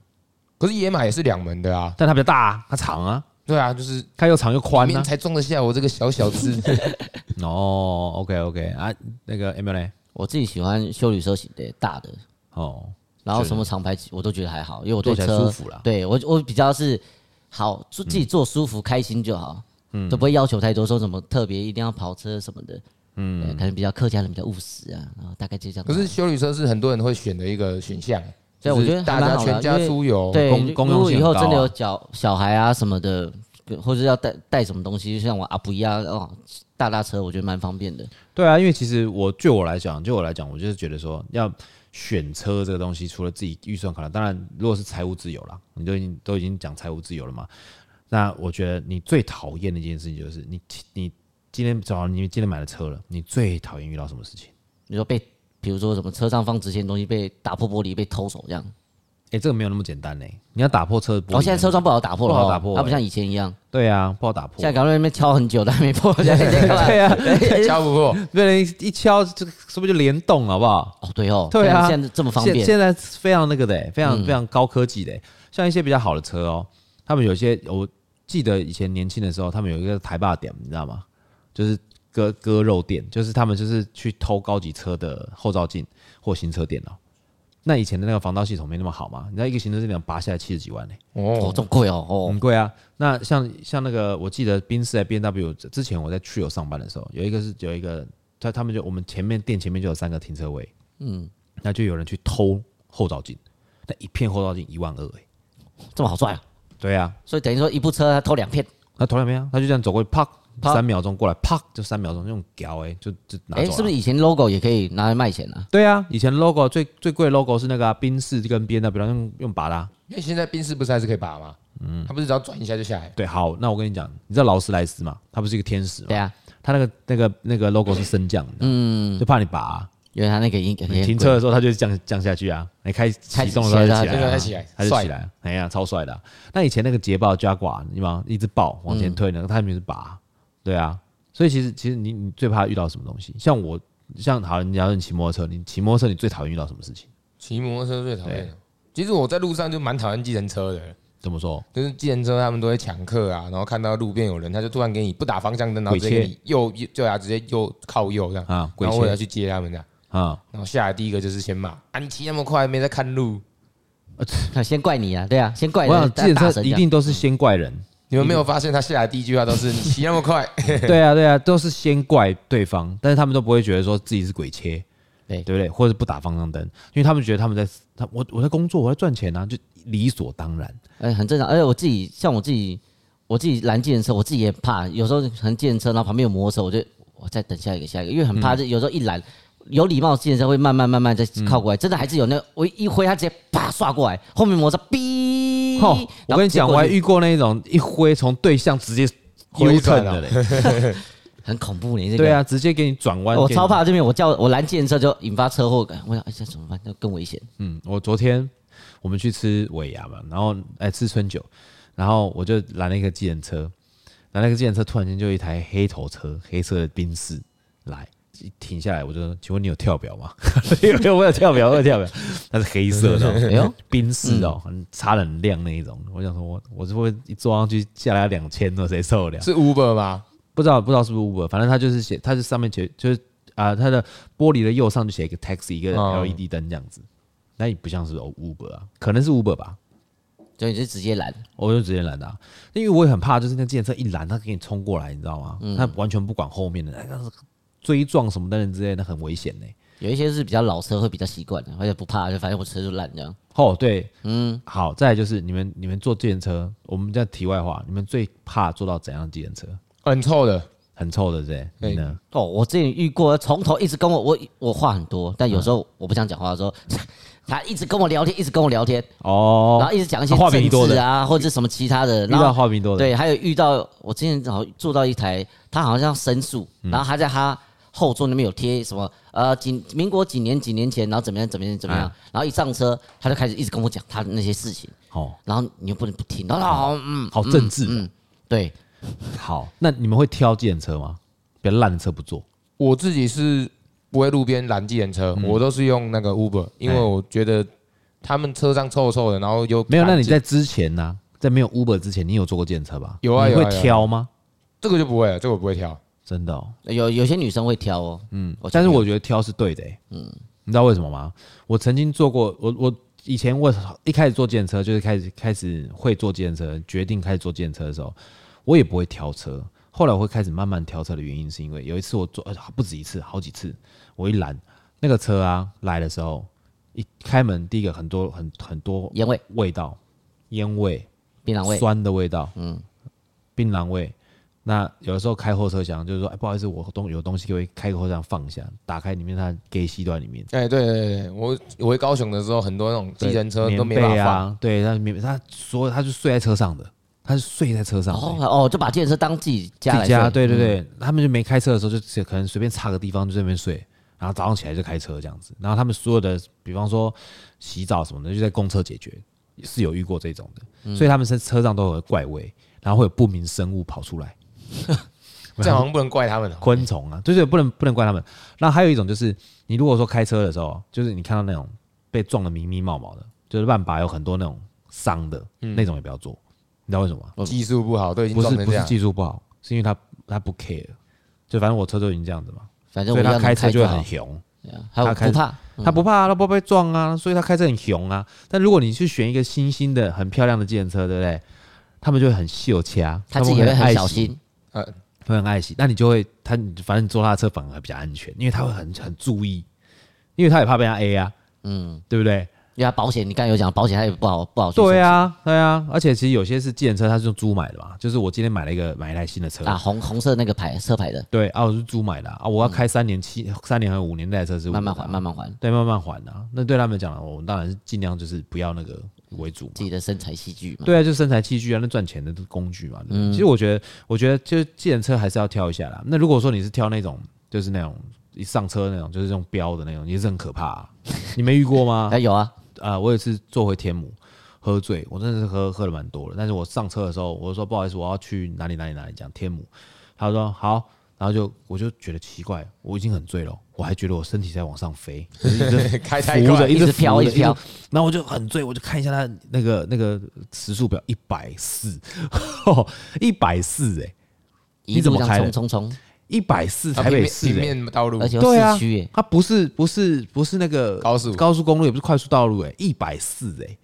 Speaker 3: 可是野马也是两门的啊。
Speaker 2: 但它比较大、啊，它长啊。
Speaker 3: 对啊，就是
Speaker 2: 它又长又
Speaker 3: 里
Speaker 2: 宽啊
Speaker 3: 面
Speaker 1: 啊
Speaker 2: 呢、
Speaker 3: 才装得下我这个小小只。
Speaker 2: 哦，OK OK 啊，那个 M L 呢？
Speaker 1: 我自己喜欢修理车型的大的，
Speaker 2: 哦，
Speaker 1: 然后什么厂牌我都觉得还好，因为我
Speaker 2: 坐
Speaker 1: 对
Speaker 2: 起来啊
Speaker 1: 车
Speaker 2: 舒服啦嗯
Speaker 1: 对我我比较是好，自自己坐舒服开心就好。嗯，都不会要求太多，说什么特别一定要跑车什么的，嗯，可能比较客家人比较务实啊，然后大概就这样。
Speaker 3: 可是修理车是很多人会选的一个选项，
Speaker 1: 所以我觉
Speaker 3: 就是
Speaker 1: 得
Speaker 3: 大
Speaker 1: 还蛮
Speaker 3: 家
Speaker 1: 好的啊
Speaker 3: 全家
Speaker 1: 因为
Speaker 3: 出游，
Speaker 1: 对，
Speaker 2: 公
Speaker 1: 如
Speaker 2: 公
Speaker 1: 如
Speaker 2: 用
Speaker 1: 果
Speaker 2: 性
Speaker 1: 以后
Speaker 2: 很
Speaker 1: 真的
Speaker 2: 高啊
Speaker 1: 有小小孩啊什么的，或者要带带什么东西，就像我阿布一样哦，大大车我觉得蛮方便的。
Speaker 2: 对啊，因为其实我就我来讲，就我来讲，我就是觉得说，要选车这个东西，除了自己预算考量，当然如果是财务自由啦，你都已经都已经讲财务自由了嘛，那我觉得你最讨厌的一件事情就是你你今天早上你今天买了车了，你最讨厌遇到什么事情？
Speaker 1: 你说被，比如说什么车上放值钱的东西被打破玻璃被偷走这样，
Speaker 2: 哎、这个没有那么简单呢、你要打破车的玻璃。啊
Speaker 1: 然后现在车窗不好打破了哦，
Speaker 2: 不好打破
Speaker 1: 它不
Speaker 2: 欸
Speaker 1: 像以前一样，
Speaker 2: 对啊，不好打破
Speaker 1: 现在。搞到那边敲很久都还 没破，现在在干嘛
Speaker 2: 对啊，
Speaker 3: 敲不破。
Speaker 2: 被人一敲，这个是不是就联动了，好不好？
Speaker 1: 哦对哦，
Speaker 2: 对啊，
Speaker 1: 现在这么方
Speaker 2: 现
Speaker 1: 便，嗯
Speaker 2: 现在非常那个的、欸非常非常高科技的、欸像一些比较好的车哦、他们有些我记得以前年轻的时候，他们有一个台霸点，你知道吗？就是割割肉店，就是他们就是去偷高级车的后照镜或行车电脑。那以前的那个防盗系统没那么好嘛，你知道一个行车电脑拔下来七十几万呢、欸
Speaker 1: 哦
Speaker 3: 哦，
Speaker 1: 这么贵哦哦，
Speaker 2: 很贵啊。那像像那个，我记得宾士在 B N W 之前，我在去有上班的时候，有一个是有一个他他们就我们前面店前面就有三个停车位，嗯，那就有人去偷后照镜，那一片后照镜一万二哎、
Speaker 1: 这么好赚啊！
Speaker 2: 对啊，
Speaker 1: 所以等于说一部车他偷两片，
Speaker 2: 那头两没啊，他就这样走过去，啪，
Speaker 1: 啪
Speaker 2: 三秒钟过来，啪，就三秒钟那种屌哎、就就拿走
Speaker 1: 哎，
Speaker 2: 了。
Speaker 1: 是不是以前 logo 也可以拿来卖钱啊？
Speaker 2: 对啊，以前 logo 最最贵的 logo 是那个啊宾、士跟 B N W 用用拔的、啊。
Speaker 3: 因为现在宾士不是还是可以拔吗？嗯，他不是只要转一下就下来，
Speaker 2: 对，好，那我跟你讲，你知道劳斯莱斯嘛？它不是一个天使嘛？
Speaker 1: 对啊，
Speaker 2: 它那个那个那个 logo 是升降的，嗯，就怕你拔啊、
Speaker 1: 因为他那个应该
Speaker 2: 你停车的时候，它就是降降下去啊。你开启动的时候，它就起来
Speaker 3: 开
Speaker 2: 啊，
Speaker 3: 始起来
Speaker 2: 它就起来啊。哎呀，超帅的啊。那以前那个捷豹 Jaguar，你往一直爆往前推呢，它里面是拔，对啊。所以其实其实你你最怕遇到什么东西？像我，像好，你假如你骑摩托车，你骑摩托车你最讨厌遇到什么事情？
Speaker 3: 骑摩托车最讨厌了。其实我在路上就蛮讨厌计程车的，
Speaker 2: 怎么说？
Speaker 3: 就是计程车他们都会抢客啊，然后看到路边有人，他就突然给你不打方向灯，然后
Speaker 2: 鬼
Speaker 3: 直
Speaker 2: 切
Speaker 3: 接给你右右对啊，直接右靠右这样
Speaker 2: 啊鬼切
Speaker 3: 然后我也要去接他们这样，
Speaker 2: 啊、
Speaker 3: 然后下来第一个就是先骂啊，你骑那么快没在看路，
Speaker 1: 那先怪你啊，对啊，先怪
Speaker 2: 我想
Speaker 1: 人，
Speaker 2: 计
Speaker 1: 大
Speaker 2: 程车
Speaker 1: 神
Speaker 2: 一
Speaker 1: 这样
Speaker 2: 定都是先怪人，
Speaker 3: 你们没有发现他下来第一句话都是你骑那么快，
Speaker 2: 对啊对啊，都是先怪对方，但是他们都不会觉得说自己是鬼切，
Speaker 1: 对
Speaker 2: 对不对？或者是不打方向灯，因为他们觉得他们在他我我在工作，我在赚钱啊，就理所当然。
Speaker 1: 哎、很正常。而且我自己像我自己，我自己拦计程车，我自己也怕。有时候很计程车，然后旁边有摩托车，我就我再等下一个下一个，因为很
Speaker 2: 嗯
Speaker 1: 怕。就有时候一拦，有礼貌的计程车会慢慢慢慢再靠过来，真的还是有那我一挥，他直接啪刷过来，后面摩托车哔。
Speaker 2: 哦，我
Speaker 1: 然后
Speaker 2: 跟你讲，
Speaker 1: 结
Speaker 2: 我
Speaker 1: 果
Speaker 2: 还
Speaker 1: 就
Speaker 2: 遇过那一种一挥从对向直接 U
Speaker 3: 回
Speaker 2: turn
Speaker 3: 转啊
Speaker 2: 的嘞，
Speaker 1: 很恐怖呢，这个。哎哦
Speaker 2: 对啊，直接给你转弯。
Speaker 1: 我
Speaker 2: 给你
Speaker 1: 超。怕这边，我叫我拦计程车就引发车祸，我想哎这怎么办？那更危险。
Speaker 2: 嗯，我昨天我们去吃尾牙嘛，然后哎、吃春酒，然后我就拦了一个计程车，拦了一个计程车，突然间就有一台黑头车，黑色的宾士来。一停下来，我就说：“请问你有跳表吗？ 有有，我有跳表，我有跳表。它是黑色的、哦，
Speaker 1: 哎呦
Speaker 2: 宾士哦，很擦得很亮那一种。我想说我，我是会一坐上去下来两千多，谁受得了？
Speaker 3: 是 Uber 吗？
Speaker 2: 不知道不知道是不是 Uber，反正它就是写，它是上面写就是啊、它的玻璃的右上就写一个 taxi 一个
Speaker 3: 哦
Speaker 2: LED 灯这样子，那也不像是 Uber 啊，可能是 Uber 吧，
Speaker 1: 所以你就直接拦，
Speaker 2: 我就直接拦他、因为我也很怕，就是那电车一拦，他给你冲过来，你知道吗？
Speaker 1: 嗯
Speaker 2: 他完全不管后面的，哎那是追撞什么等等之类的，那很危险呢、
Speaker 1: 有一些是比较老车会比较习惯的，而且不怕，就反正我车就烂这样。
Speaker 2: 哦，对，嗯，好，再来就是你们你们坐电车，我们在题外话，你们最怕坐到怎样的电车？
Speaker 3: 很臭的，
Speaker 2: 很臭的，对不对？
Speaker 3: 对
Speaker 2: 你呢？
Speaker 1: 哦，我之前遇过，从头一直跟我我我话很多，但
Speaker 2: 嗯
Speaker 1: 有时候我不想讲话的时候， 他一直跟我聊天，一直跟我聊天，然
Speaker 2: 哦
Speaker 1: 后，一直讲一些
Speaker 2: 啊话比你多
Speaker 1: 政
Speaker 2: 的
Speaker 1: 治啊，或者是什么其他的，
Speaker 2: 遇
Speaker 1: 然
Speaker 2: 到
Speaker 1: 后
Speaker 2: 话比你多的，
Speaker 1: 对，还有遇到我之前好像坐到一台，他好像要申诉，
Speaker 2: 嗯
Speaker 1: 然后他在他后座那边有贴什么呃几民国几年几年前，然后怎么样怎么样怎么
Speaker 2: 嗯
Speaker 1: 样，然后一上车他就开始一直跟我讲他的那些事情，
Speaker 2: 哦，
Speaker 1: 然后你又不能不听，然后好嗯
Speaker 2: 好政治哦
Speaker 1: 嗯对，
Speaker 2: 好，那你们会挑计程车吗？比较烂的车不坐。
Speaker 3: 我自己是不会路边拦计程
Speaker 2: 嗯
Speaker 3: 车，我都是用那个 Uber，因为
Speaker 2: 哎
Speaker 3: 我觉得他们车上臭臭的，然后又
Speaker 2: 没有，那你在
Speaker 3: 在。
Speaker 2: 之前呢、在没有 Uber 之前，你有坐过计程车吧？
Speaker 3: 有啊
Speaker 2: 你
Speaker 3: 有啊
Speaker 2: 会
Speaker 3: 有啊
Speaker 2: 挑吗？
Speaker 3: 这个就不会了，这个我不会挑。
Speaker 2: 真的、哦，
Speaker 1: 有有些女生会挑哦，嗯，
Speaker 2: 但是我觉得挑是对的、欸。嗯，你知道为什么吗？我曾经坐过，我我以前我一开始坐计程车，就是开始开始会坐计程车，决定开始坐计程车的时候，我也不会挑车，后来我会开始慢慢调车的原因，是因为有一次我坐、呃不止一次，好几次，我一拦那个车啊来的时候，一开门第一个很多很很多
Speaker 1: 烟味、
Speaker 2: 味道，烟味、
Speaker 1: 槟榔味，
Speaker 2: 酸的味道，嗯，槟榔味。那有的时候开后车厢，就是说，哎，不好意思，我东有东西，可以开个后车厢放下，打开里面它 gay 吸在里面，
Speaker 3: 哎，对对对对，我我回高雄的时候，很多那种计程车
Speaker 2: 棉
Speaker 3: 都没办
Speaker 2: 被
Speaker 3: 法放，
Speaker 2: 啊，对，他棉他所有他就睡在车上的，他是睡在车上的，
Speaker 1: 哦哦，就把健身车当自己家
Speaker 2: 自
Speaker 1: 来
Speaker 2: 己家，
Speaker 1: 睡，嗯
Speaker 2: 对对对，他们就没开车的时候，就只可能随便插个地方就在那边睡，然后早上起来就开车这样子。然后他们所有的，比方说洗澡什么的，就在公厕解决，是有遇过这种的，
Speaker 1: 嗯
Speaker 2: 所以他们车车上都有怪味，然后会有不明生物跑 出来，
Speaker 3: 这好像不能怪他们哦。
Speaker 2: 昆虫啊，就是不能不能怪他们。那还有一种就是，你如果说开车的时候，就是你看到那种被撞的迷迷毛毛的，就是半把有很多那种伤的、
Speaker 1: 嗯
Speaker 2: 那种也不要做，你知道为什么吗？
Speaker 3: 技术不好都已经
Speaker 2: 不
Speaker 3: 撞
Speaker 2: 是
Speaker 3: 成
Speaker 2: 不
Speaker 3: 这
Speaker 2: 是
Speaker 3: 样，
Speaker 2: 技术不好，是因为他他不 care，就反正我车都已经这样子嘛，
Speaker 1: 反
Speaker 2: 所
Speaker 1: 正我
Speaker 2: 以他
Speaker 1: 要
Speaker 2: 开车就会
Speaker 1: 好
Speaker 2: 很熊，
Speaker 1: 对啊还有
Speaker 2: 他开
Speaker 1: 不怕，
Speaker 2: 他不怕、啊，他不会被撞啊，所以他开车很熊啊。但如果你去选一个新兴的、很漂亮的计程车，对不对？他们就会很秀掐，
Speaker 1: 他自己也
Speaker 2: 们
Speaker 1: 会很
Speaker 2: 爱
Speaker 1: 小
Speaker 2: 惜
Speaker 1: 心，
Speaker 2: 会很爱惜，那你就会他反正你坐他的车反而还比较安全，因为他会很很注意，因为他也怕被他 A 啊，嗯，对不对？
Speaker 1: 因为他保险，你刚才有讲保险，他也不好不好去
Speaker 2: 对
Speaker 1: 申
Speaker 2: 啊，对啊，而且其实有些是计程车，它是用租买的嘛，就是我今天买了一个买一台新的车
Speaker 1: 请啊，红红色那个牌车牌的，
Speaker 2: 对啊，我是租买的啊，啊我要开三年七、三年和五年那台车是我的啊
Speaker 1: 嗯慢慢还，慢慢还，
Speaker 2: 对，慢慢还啊。那对他们讲，我们当然是尽量就是不要那个为主嘛
Speaker 1: 自己的身材戏剧嘛，
Speaker 2: 对啊，就身材器具啊，那赚钱的工具嘛。对不
Speaker 1: 嗯
Speaker 2: 对其实我觉得，我觉得就是计程车还是要挑一下啦。那如果说你是挑那种，就是那种一上车那种，就是那种标的那种，也是很可怕、啊。你没遇过吗
Speaker 1: 哎？有啊，
Speaker 2: 啊、我有一次坐回天母，喝醉，我真的是喝喝的蛮多的。但是我上车的时候，我就说不好意思，我要去哪里哪里哪里，讲天母。他说好，然后就我就觉得奇怪，我已经很醉了，我还觉得我身体在往上飞，可是一直
Speaker 3: 开 太
Speaker 2: 扶
Speaker 3: 快
Speaker 2: 着，
Speaker 1: 一
Speaker 2: 直
Speaker 1: 直飘
Speaker 2: 扶
Speaker 1: 一
Speaker 2: 着
Speaker 1: 直飘，
Speaker 2: 然后我就很醉，我就看一下他那个那个时速表，一百四， 哦一百四哎，
Speaker 1: 一
Speaker 2: 你怎
Speaker 1: 路
Speaker 2: 么
Speaker 1: 这
Speaker 2: 开
Speaker 1: 样
Speaker 2: 的
Speaker 1: 冲冲冲，
Speaker 2: 一百四
Speaker 3: 啊
Speaker 2: 台北
Speaker 3: 平
Speaker 2: 市
Speaker 3: 平
Speaker 2: 哎、
Speaker 3: 面道路
Speaker 1: 而，且
Speaker 2: 对
Speaker 1: 有
Speaker 2: 啊
Speaker 1: 市区欸耶，
Speaker 2: 它不是不是不是那个
Speaker 3: 高速
Speaker 2: 高速公路，也不是快速道路哎、一百四哎，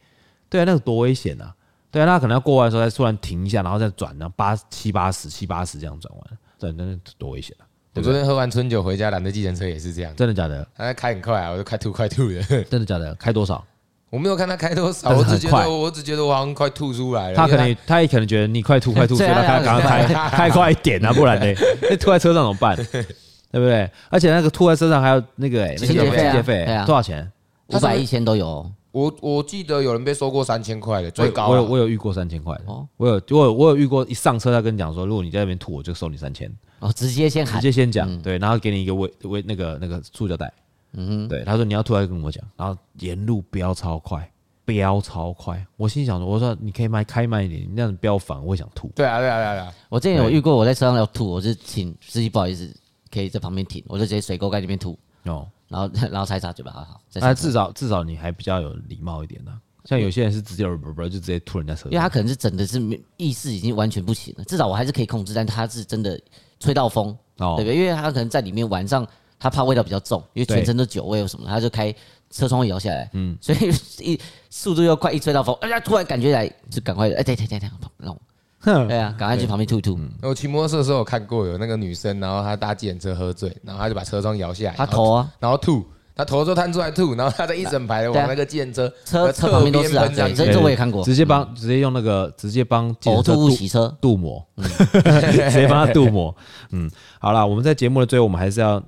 Speaker 2: 对啊，那个多危险啊！对啊，那可能要过弯的时候再突然停一下，然后再转，然后八七八十七八十这样转弯，对，那那多危险啊！
Speaker 3: 我昨天喝完春酒回家，拦的计程车也是这样，
Speaker 2: 真的假的？
Speaker 3: 他开很快啊，我就快吐快吐的。
Speaker 2: 真的假的？开多少？
Speaker 3: 我没有看他开多少，
Speaker 2: 但是
Speaker 3: 我
Speaker 2: 很
Speaker 3: 只觉
Speaker 2: 快
Speaker 3: 得我只觉得我好像快吐出哎来了。
Speaker 2: 他
Speaker 3: 因为
Speaker 2: 可能他也可能觉得你快 吐快吐，所
Speaker 1: 对
Speaker 2: 以
Speaker 1: 啊
Speaker 2: 他赶
Speaker 1: 对啊
Speaker 2: 赶快开开快一点啊，不 然呢，那吐在车上怎么办？对不对？而且那个吐在车上还有那个哎，那个
Speaker 3: 清洁费啊
Speaker 2: 清洁费
Speaker 1: 对啊
Speaker 2: 多少钱？
Speaker 1: 五
Speaker 3: 他是不
Speaker 1: 百
Speaker 3: 是
Speaker 1: 一千都有哦，
Speaker 3: 我我记得有人被收过三千块的，
Speaker 2: 我
Speaker 3: 最
Speaker 2: 有
Speaker 3: 高
Speaker 2: 我
Speaker 3: 啊
Speaker 2: 有我有遇过三千块的
Speaker 1: 哦，
Speaker 2: 我有我有我有遇过一上车他跟你讲说，如果你在那边吐，我就收你三 千，
Speaker 1: 哦，直接先
Speaker 2: 直
Speaker 1: 喊
Speaker 2: 接先
Speaker 1: 嗯
Speaker 2: 讲对，然后给你一个微微那个那个塑胶袋，嗯，对，他说你要吐还跟我讲，然后沿路飙超快，飙超快，我心想说，我说你可以慢开慢一点，你那样子飙反我会想吐，
Speaker 3: 对啊对啊对啊对啊，
Speaker 1: 我之前有遇过，我在车上要吐，我就请司机不好意思，可以在旁边停，我就直接水沟盖里面吐，
Speaker 2: 哦，
Speaker 1: 然后 然后才擦嘴巴，好好，再
Speaker 2: 那
Speaker 1: 擦嘴
Speaker 2: 至少至少你还比较有礼貌一点呢、像有些人是直接不不就直接吐人家车
Speaker 1: 巴，因为他可能是真的是没意识已经完全不行了，至少我还是可以控制，但他是真的吹到风，
Speaker 2: 哦
Speaker 1: 对不对？因为他可能在里面晚上他怕味道比较重，因为全身都酒味或什么的，他就开车窗户摇下来，嗯，所以一速度又快，一吹到风，哎呀，突然感觉来就赶快，哎，对对对对，让我，
Speaker 2: 嗯
Speaker 1: 对啊，赶快去旁边吐一吐，
Speaker 3: 我骑摩托车的时候有看过有那个女生，然后她搭计程车喝醉，然后她就把车窗摇下来，
Speaker 1: 他
Speaker 3: 然后
Speaker 1: 头啊，
Speaker 3: 然后吐，她头就探出来吐，然后她在一整排的
Speaker 1: 对啊
Speaker 3: 往那个计程车
Speaker 1: 车
Speaker 3: 的
Speaker 1: 车
Speaker 3: 侧
Speaker 1: 旁边都是
Speaker 3: 边
Speaker 1: 啊，
Speaker 3: 喷上
Speaker 1: 对，
Speaker 3: 去
Speaker 1: 这这我也看过，嗯
Speaker 2: 直接帮、直接用那个直接帮计
Speaker 1: 呕
Speaker 2: 程车
Speaker 1: 吐
Speaker 2: 镀
Speaker 1: 物洗车，
Speaker 2: 镀膜， 直接嗯帮他镀膜。嗯，好啦，我们在节目的最后，我们还是要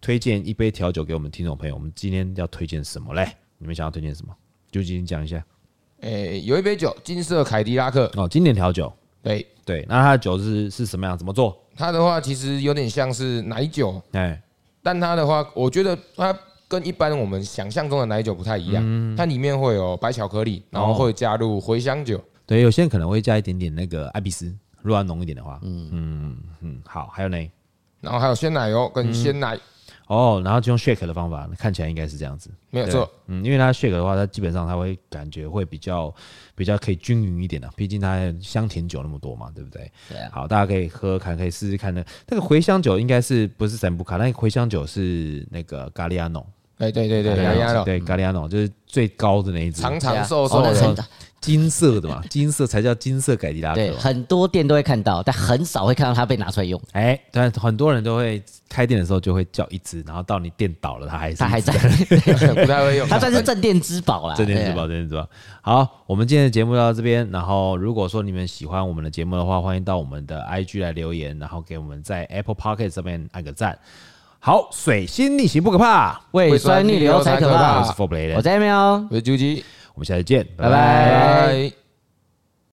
Speaker 2: 推荐一杯调酒给我们听众朋友。我们今天要推荐什么嘞？你们想要推荐什么？就今天讲一下
Speaker 3: 诶，有一杯酒，金色凯迪拉克，
Speaker 2: 哦，经典调酒。
Speaker 3: 对
Speaker 2: 对，那它的酒是是什么样？怎么做？
Speaker 3: 它的话其实有点像是奶酒，
Speaker 2: 哎，
Speaker 3: 但它的话，我觉得它跟一般我们想象中的奶酒不太一样，它里面会有白巧克力，然后会加入茴香酒，
Speaker 2: 对，有些人可能会加一点点那个艾比斯，如果要浓一点的话，嗯嗯嗯，好，还有呢？
Speaker 3: 然后还有鲜奶油跟鲜奶，
Speaker 2: 哦，然后就用 shake 的方法，看起来应该是这样子。
Speaker 3: 没有
Speaker 2: 对
Speaker 3: 错。
Speaker 2: 嗯，因为它 shake 的话，它基本上它会感觉会比较比较可以均匀一点的、毕竟它香甜酒那么多嘛，对不对？
Speaker 1: 对啊，
Speaker 2: 好，大家可以喝喝看，可以试试看那那个茴香酒应该是不是散布卡？那个茴香酒是那个咖喱亚诺，
Speaker 3: 哎，对对对，
Speaker 2: 咖喱
Speaker 3: 牙
Speaker 2: 亚
Speaker 3: 牙
Speaker 1: 嗯
Speaker 2: 诺
Speaker 3: 了，
Speaker 2: 对咖喱亚诺就是最高的那一支，
Speaker 3: 啊长长瘦
Speaker 1: 哦
Speaker 3: 瘦
Speaker 1: 那
Speaker 3: 的，
Speaker 1: 很
Speaker 2: 金色的嘛，金色才叫金色凯迪拉克
Speaker 1: 对，
Speaker 2: 嘛。
Speaker 1: 很多店都会看到，但很少会看到它被拿出来用，
Speaker 2: 哎，但很多人都会开店的时候就会叫一只，然后到你店倒了，它还是
Speaker 1: 它还在，
Speaker 3: 不太会用。
Speaker 1: 它算是镇店之宝啦。
Speaker 2: 镇店之
Speaker 1: 对啊
Speaker 2: 宝，镇店之宝。好，我们今天的节目到这边。然后，如果说你们喜欢我们的节目的话，欢迎到我们的 IG 来留言，然后给我们在 Apple Pocket 上面按个赞。好，水星逆行不可怕，
Speaker 1: 胃酸逆流才可
Speaker 3: 胃酸逆流才可
Speaker 2: 我
Speaker 1: 怕
Speaker 3: 怕
Speaker 2: 是。For Play
Speaker 1: 我
Speaker 2: 的，
Speaker 1: 在那边哦，
Speaker 3: 我是啾啾，
Speaker 2: 我们下次见，
Speaker 1: 拜拜
Speaker 3: 拜。